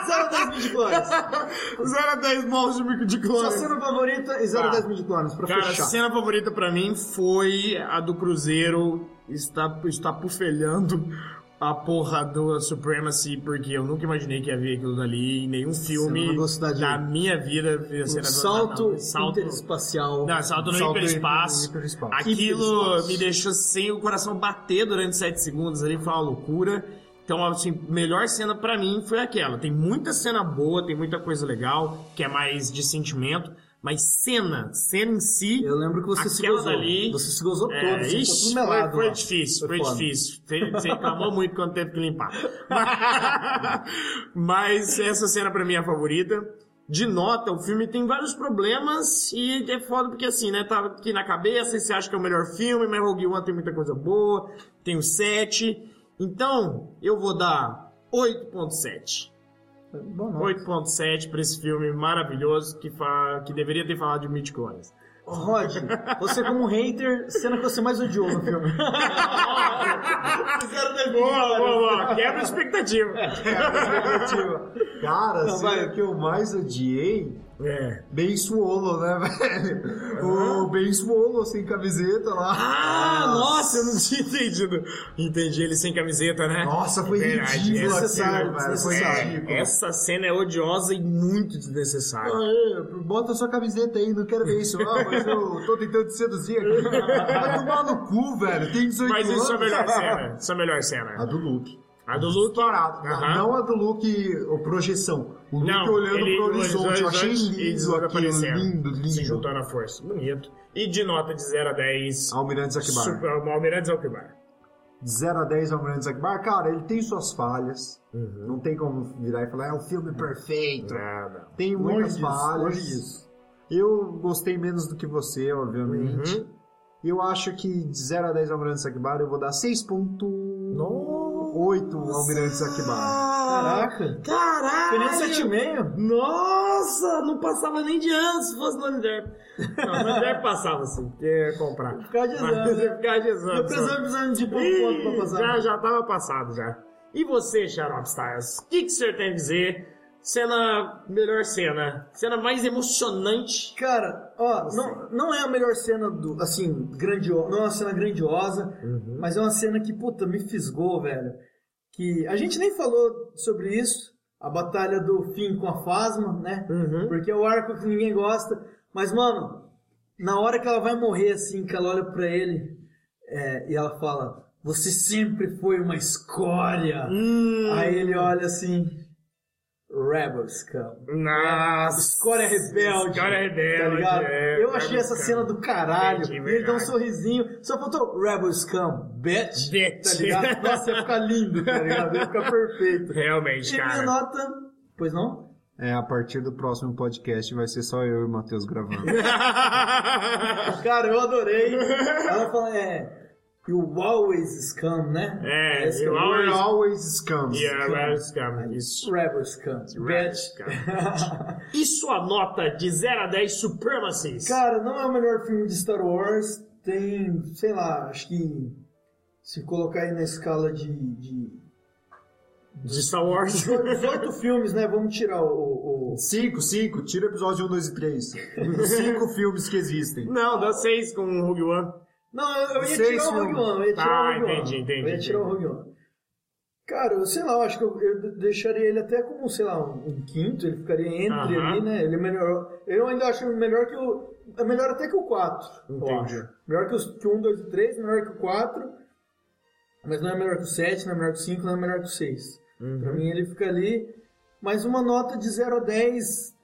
Speaker 2: Zero das Bitcoins!
Speaker 3: 0 a 10 mons de
Speaker 2: Sua
Speaker 3: Bitcoin.
Speaker 2: cena favorita e zero
Speaker 3: Tá.
Speaker 2: das Bitcoins, pra
Speaker 3: Cara,
Speaker 2: fechar.
Speaker 3: a cena favorita pra mim foi a do Cruzeiro está, está pufelhando a porra do Supremacy, porque eu nunca imaginei que ia ver aquilo dali em nenhum
Speaker 2: eu
Speaker 3: filme
Speaker 2: não gosto da de-
Speaker 3: da minha vida. ver a
Speaker 2: O
Speaker 3: cena
Speaker 2: salto,
Speaker 3: do- um salto
Speaker 2: interespacial.
Speaker 3: Não, salto no
Speaker 4: Salto
Speaker 3: hiperespaço.
Speaker 4: no hiperespaço.
Speaker 3: Aquilo
Speaker 2: Hiperespaço.
Speaker 3: me deixou sem o coração bater durante 7 segundos ali, foi uma loucura. Então, assim, melhor cena pra mim foi aquela. Tem muita cena boa, tem muita coisa legal, que é mais de sentimento, mas cena, cena em si,
Speaker 2: Eu lembro que você se
Speaker 3: Aquela
Speaker 2: gozou.
Speaker 3: dali-
Speaker 2: Você se gozou todo,
Speaker 3: é,
Speaker 2: você
Speaker 3: ixi,
Speaker 2: ficou tudo melado.
Speaker 3: foi,
Speaker 2: assim,
Speaker 3: foi
Speaker 2: lá.
Speaker 3: difícil, foi,
Speaker 2: Foi foda.
Speaker 3: difícil. Você você reclamou muito quando teve que limpar. Mas essa cena pra mim é a favorita. De nota, o filme tem vários problemas e é foda porque assim, né? Tá aqui na cabeça e você acha que é o melhor filme, mas Rogue One tem muita coisa boa, tem o 7. Então, eu vou dar 8.7.
Speaker 2: Bom nome.
Speaker 3: 8.7 pra esse filme maravilhoso que, fa... que deveria ter falado de midichlorians.
Speaker 2: Rod, você como um hater, cena que você mais odiou no filme. Fizeram da
Speaker 3: Boa, boa, boa. Quebra a expectativa.
Speaker 2: É.
Speaker 4: Cara,
Speaker 2: Não,
Speaker 4: a cena
Speaker 2: vai.
Speaker 4: que eu mais odiei.
Speaker 3: É.
Speaker 4: Ben Swallow, né, velho? O Ben Swallow sem camiseta lá.
Speaker 3: Ah, nossa, eu não tinha entendido. Entendi ele sem camiseta, né?
Speaker 4: Nossa, foi
Speaker 3: Verdade,
Speaker 4: ridículo
Speaker 3: essa é
Speaker 2: cena,
Speaker 4: aquilo, velho. Foi
Speaker 2: desnecessário.
Speaker 4: ridículo.
Speaker 3: Essa cena é odiosa e muito desnecessária.
Speaker 4: Ah, é, bota sua camiseta aí, não quero ver isso. Ah, mas eu tô tentando te seduzir aqui. Vai tomar no cu, velho. Tem 18
Speaker 3: Mas
Speaker 4: anos.
Speaker 3: isso é a melhor cena. Isso é a melhor
Speaker 4: A
Speaker 3: cena.
Speaker 4: do Luke.
Speaker 3: A do Luke.
Speaker 4: Parado.
Speaker 3: Aham.
Speaker 4: Não a do Luke, o projeção. O Luke
Speaker 3: Não,
Speaker 4: olhando
Speaker 3: ele-
Speaker 4: pro horizonte. Eu achei
Speaker 3: horizonte, eles
Speaker 4: lindo aquilo.
Speaker 3: aparecendo,
Speaker 4: Lindo, lindo.
Speaker 3: Se juntando à força. Bonito. E de nota de 0 a 10.
Speaker 4: Almirante Akbar.
Speaker 3: Super, Almirante Alquibar.
Speaker 4: De 0 a é 10 Almirante Akbar, Ah, cara, ele tem suas falhas.
Speaker 2: Uhum.
Speaker 4: Não tem como virar e falar, é o filme perfeito.
Speaker 3: Nada.
Speaker 4: Tem muitas
Speaker 2: É. Longe disso,
Speaker 4: falhas.
Speaker 2: longe disso.
Speaker 4: Eu gostei menos do que você, obviamente.
Speaker 2: Uhum.
Speaker 4: Eu acho que de 0 a é 10 Almirante Akbar, eu vou dar 6.8 Almirante Akbar.
Speaker 2: Caraca. Foi nem
Speaker 3: Caralho!
Speaker 2: 7,5?
Speaker 3: Nossa, não passava nem de ano se fosse no Underp. Não, no Underp passava sim, porque ia É, comprar.
Speaker 2: Ficar de exame,
Speaker 3: Mas
Speaker 2: né?
Speaker 3: ia ficar de exame,
Speaker 2: Eu precisava
Speaker 3: só.
Speaker 2: precisando de pouco ponto pra
Speaker 3: Ih, já,
Speaker 2: passar.
Speaker 3: já tava passado já. E você, Xarope Styles, o que, que o senhor tem a dizer? Cena, melhor cena, cena mais é emocionante.
Speaker 2: Cara, ó, não, não é a melhor cena do. Assim, grandiosa. Não é uma cena grandiosa,
Speaker 3: Uhum.
Speaker 2: mas é uma cena que, puta, me fisgou, velho. Que a gente nem falou sobre isso. A batalha do Finn com a Fasma, né?
Speaker 3: Uhum.
Speaker 2: Porque é o arco que ninguém gosta. Mas, mano, na hora que ela vai morrer, assim, que ela olha pra ele é, e ela fala: Você sempre foi uma escória.
Speaker 3: Hum,
Speaker 2: Aí ele olha assim: Rebels, come.
Speaker 3: Nossa,
Speaker 2: Escória É, rebelde.
Speaker 3: Escória
Speaker 2: Tá
Speaker 3: rebelde.
Speaker 2: ligado?
Speaker 3: é,
Speaker 2: eu achei essa
Speaker 3: cara.
Speaker 2: cena do caralho.
Speaker 3: Entendi,
Speaker 2: e ele dá um
Speaker 3: verdade.
Speaker 2: sorrisinho. Só faltou Rebel Scum, bitch.
Speaker 3: Bitch.
Speaker 2: Tá ligado? Nossa, ia ficar lindo, tá ligado? Ia ficar perfeito.
Speaker 3: Realmente,
Speaker 2: E minha
Speaker 3: cara.
Speaker 2: nota. Pois não?
Speaker 4: É, a partir do próximo podcast vai ser só eu e o Matheus gravando.
Speaker 2: Cara, eu adorei. Ela fala, é. You always scum, né?
Speaker 3: É,
Speaker 2: Esse
Speaker 3: you
Speaker 2: é o
Speaker 4: We're
Speaker 3: always-
Speaker 4: always scums.
Speaker 3: yeah, rebels come. é, Isso.
Speaker 2: Rebel Scum,
Speaker 3: Rebel
Speaker 2: bitch.
Speaker 3: E sua nota de 0 a 10 Supremacies?
Speaker 2: Cara, não é o melhor filme de Star Wars. Tem, sei lá, acho que se colocar aí na escala de- de
Speaker 3: de Star Wars.
Speaker 2: 18 filmes, né? Vamos tirar o. o- o-
Speaker 4: Cinco, cinco. Tira o episódio 1, 2 e 3. Cinco filmes que existem.
Speaker 3: Não, dá 6 com o Rogue One.
Speaker 2: Não, eu, eu ia
Speaker 4: Seis
Speaker 2: tirar o Rogue
Speaker 4: filmes.
Speaker 2: One. Eu ia tirar
Speaker 3: Ah,
Speaker 2: o Rogue One.
Speaker 3: entendi, entendi,
Speaker 2: Eu ia tirar o Rogue One. Cara, eu sei lá, eu acho que eu, eu de- deixaria ele até como, sei lá, um, um quinto, ele ficaria entre
Speaker 3: Aham.
Speaker 2: ali, né? Ele melhorou. Eu ainda acho melhor que o. É melhor até que o 4. Eu
Speaker 3: Entendi.
Speaker 2: acho. Melhor que, os, que o 1, 2 e 3, melhor que o 4. Mas não é melhor que o 7, não é melhor que o 5, não é melhor que o 6. Pra mim ele fica ali. Mas uma nota de 0 a 10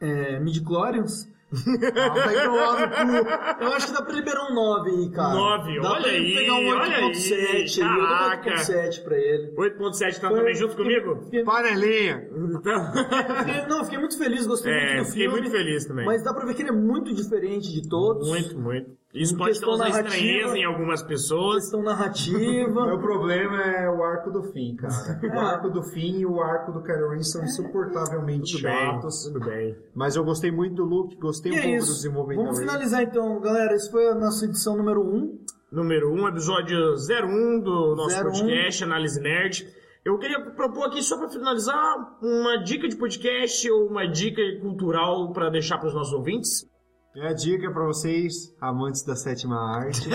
Speaker 2: é, midichlorians,
Speaker 4: Ah, vai tomar no cu.
Speaker 2: Eu acho que dá pra liberar um 9 aí, cara.
Speaker 3: 9,
Speaker 2: dá
Speaker 3: olha
Speaker 2: pra ele
Speaker 3: aí,
Speaker 2: pegar um
Speaker 3: olha aí,
Speaker 2: 8.7 aí. Eu dou um
Speaker 3: caraca.
Speaker 2: 8.7 pra ele.
Speaker 3: 8.7 tá
Speaker 2: Foi-
Speaker 3: também junto comigo?
Speaker 4: Panelinha.
Speaker 3: Então...
Speaker 2: Fiquei- não, fiquei muito feliz, gostei
Speaker 3: é,
Speaker 2: muito do
Speaker 3: fiquei
Speaker 2: filme.
Speaker 3: muito feliz também.
Speaker 2: Mas dá pra ver que ele é muito diferente de todos.
Speaker 3: Muito, muito. Isso
Speaker 2: Em
Speaker 3: pode
Speaker 2: questão
Speaker 3: causar
Speaker 2: narrativa-
Speaker 3: estranheza em algumas pessoas.
Speaker 2: Questão
Speaker 4: Meu
Speaker 2: narrativa.
Speaker 4: problema é o arco do fim, cara. O arco do fim e o arco do Kylo Ren
Speaker 2: É,
Speaker 4: são insuportavelmente
Speaker 3: Tudo bem,
Speaker 4: chatos.
Speaker 3: tudo bem.
Speaker 4: Mas eu gostei muito do look, gostei
Speaker 2: e
Speaker 4: um
Speaker 2: é
Speaker 4: pouco do
Speaker 2: isso.
Speaker 4: desenvolvimento
Speaker 2: Vamos
Speaker 4: da Rey.
Speaker 2: finalizar então, galera. Essa foi a nossa edição número 1.
Speaker 3: Número 1, episódio 01 do nosso
Speaker 2: 01.
Speaker 3: podcast, Análise Nerd. Eu queria propor aqui, só para finalizar, uma dica de podcast ou uma dica cultural para deixar para os nossos ouvintes.
Speaker 4: É a dica pra vocês, amantes da sétima arte.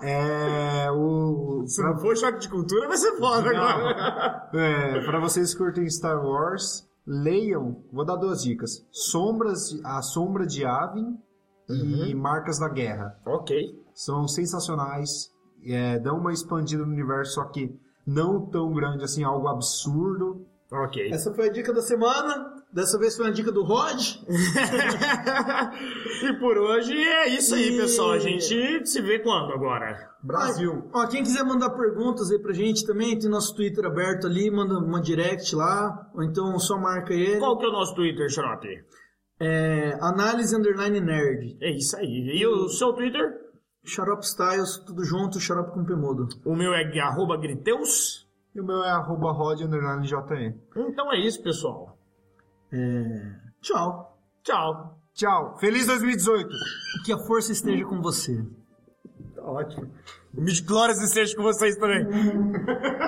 Speaker 4: é o
Speaker 3: Se não for choque de cultura, vai ser foda
Speaker 4: Não.
Speaker 3: agora.
Speaker 4: é, para vocês que curtem Star Wars, leiam, vou dar duas dicas. Sombras, de- a Sombra de Avin
Speaker 2: Uhum.
Speaker 4: e Marcas da Guerra.
Speaker 3: ok.
Speaker 4: são sensacionais, é, dão uma expandida no universo, só que não tão grande assim, algo absurdo.
Speaker 3: Ok.
Speaker 2: Essa foi a dica da semana. Dessa vez foi a dica do Rod.
Speaker 3: e por hoje é isso aí,
Speaker 2: E-
Speaker 3: pessoal. A gente se vê quando agora?
Speaker 4: Brasil!
Speaker 2: Ó, quem quiser mandar perguntas aí pra gente também, tem nosso Twitter aberto ali, manda uma direct lá, ou então só marca ele.
Speaker 3: Qual que é o nosso Twitter, Xarope?
Speaker 2: É, análise underline nerd.
Speaker 3: É isso aí. E o seu Twitter?
Speaker 2: Xarope Styles, tudo junto, xarope com pemudo.
Speaker 3: O meu é arroba griteus.
Speaker 4: E o meu é arroba rod, underline, JE.
Speaker 3: Então é isso, pessoal.
Speaker 2: Tchau.
Speaker 3: Tchau.
Speaker 4: Tchau. Feliz 2018.
Speaker 2: Que a força esteja com você.
Speaker 4: Ótimo.
Speaker 3: Mid Glórias esteja com vocês também.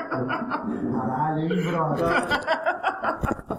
Speaker 4: Caralho, hein, brother?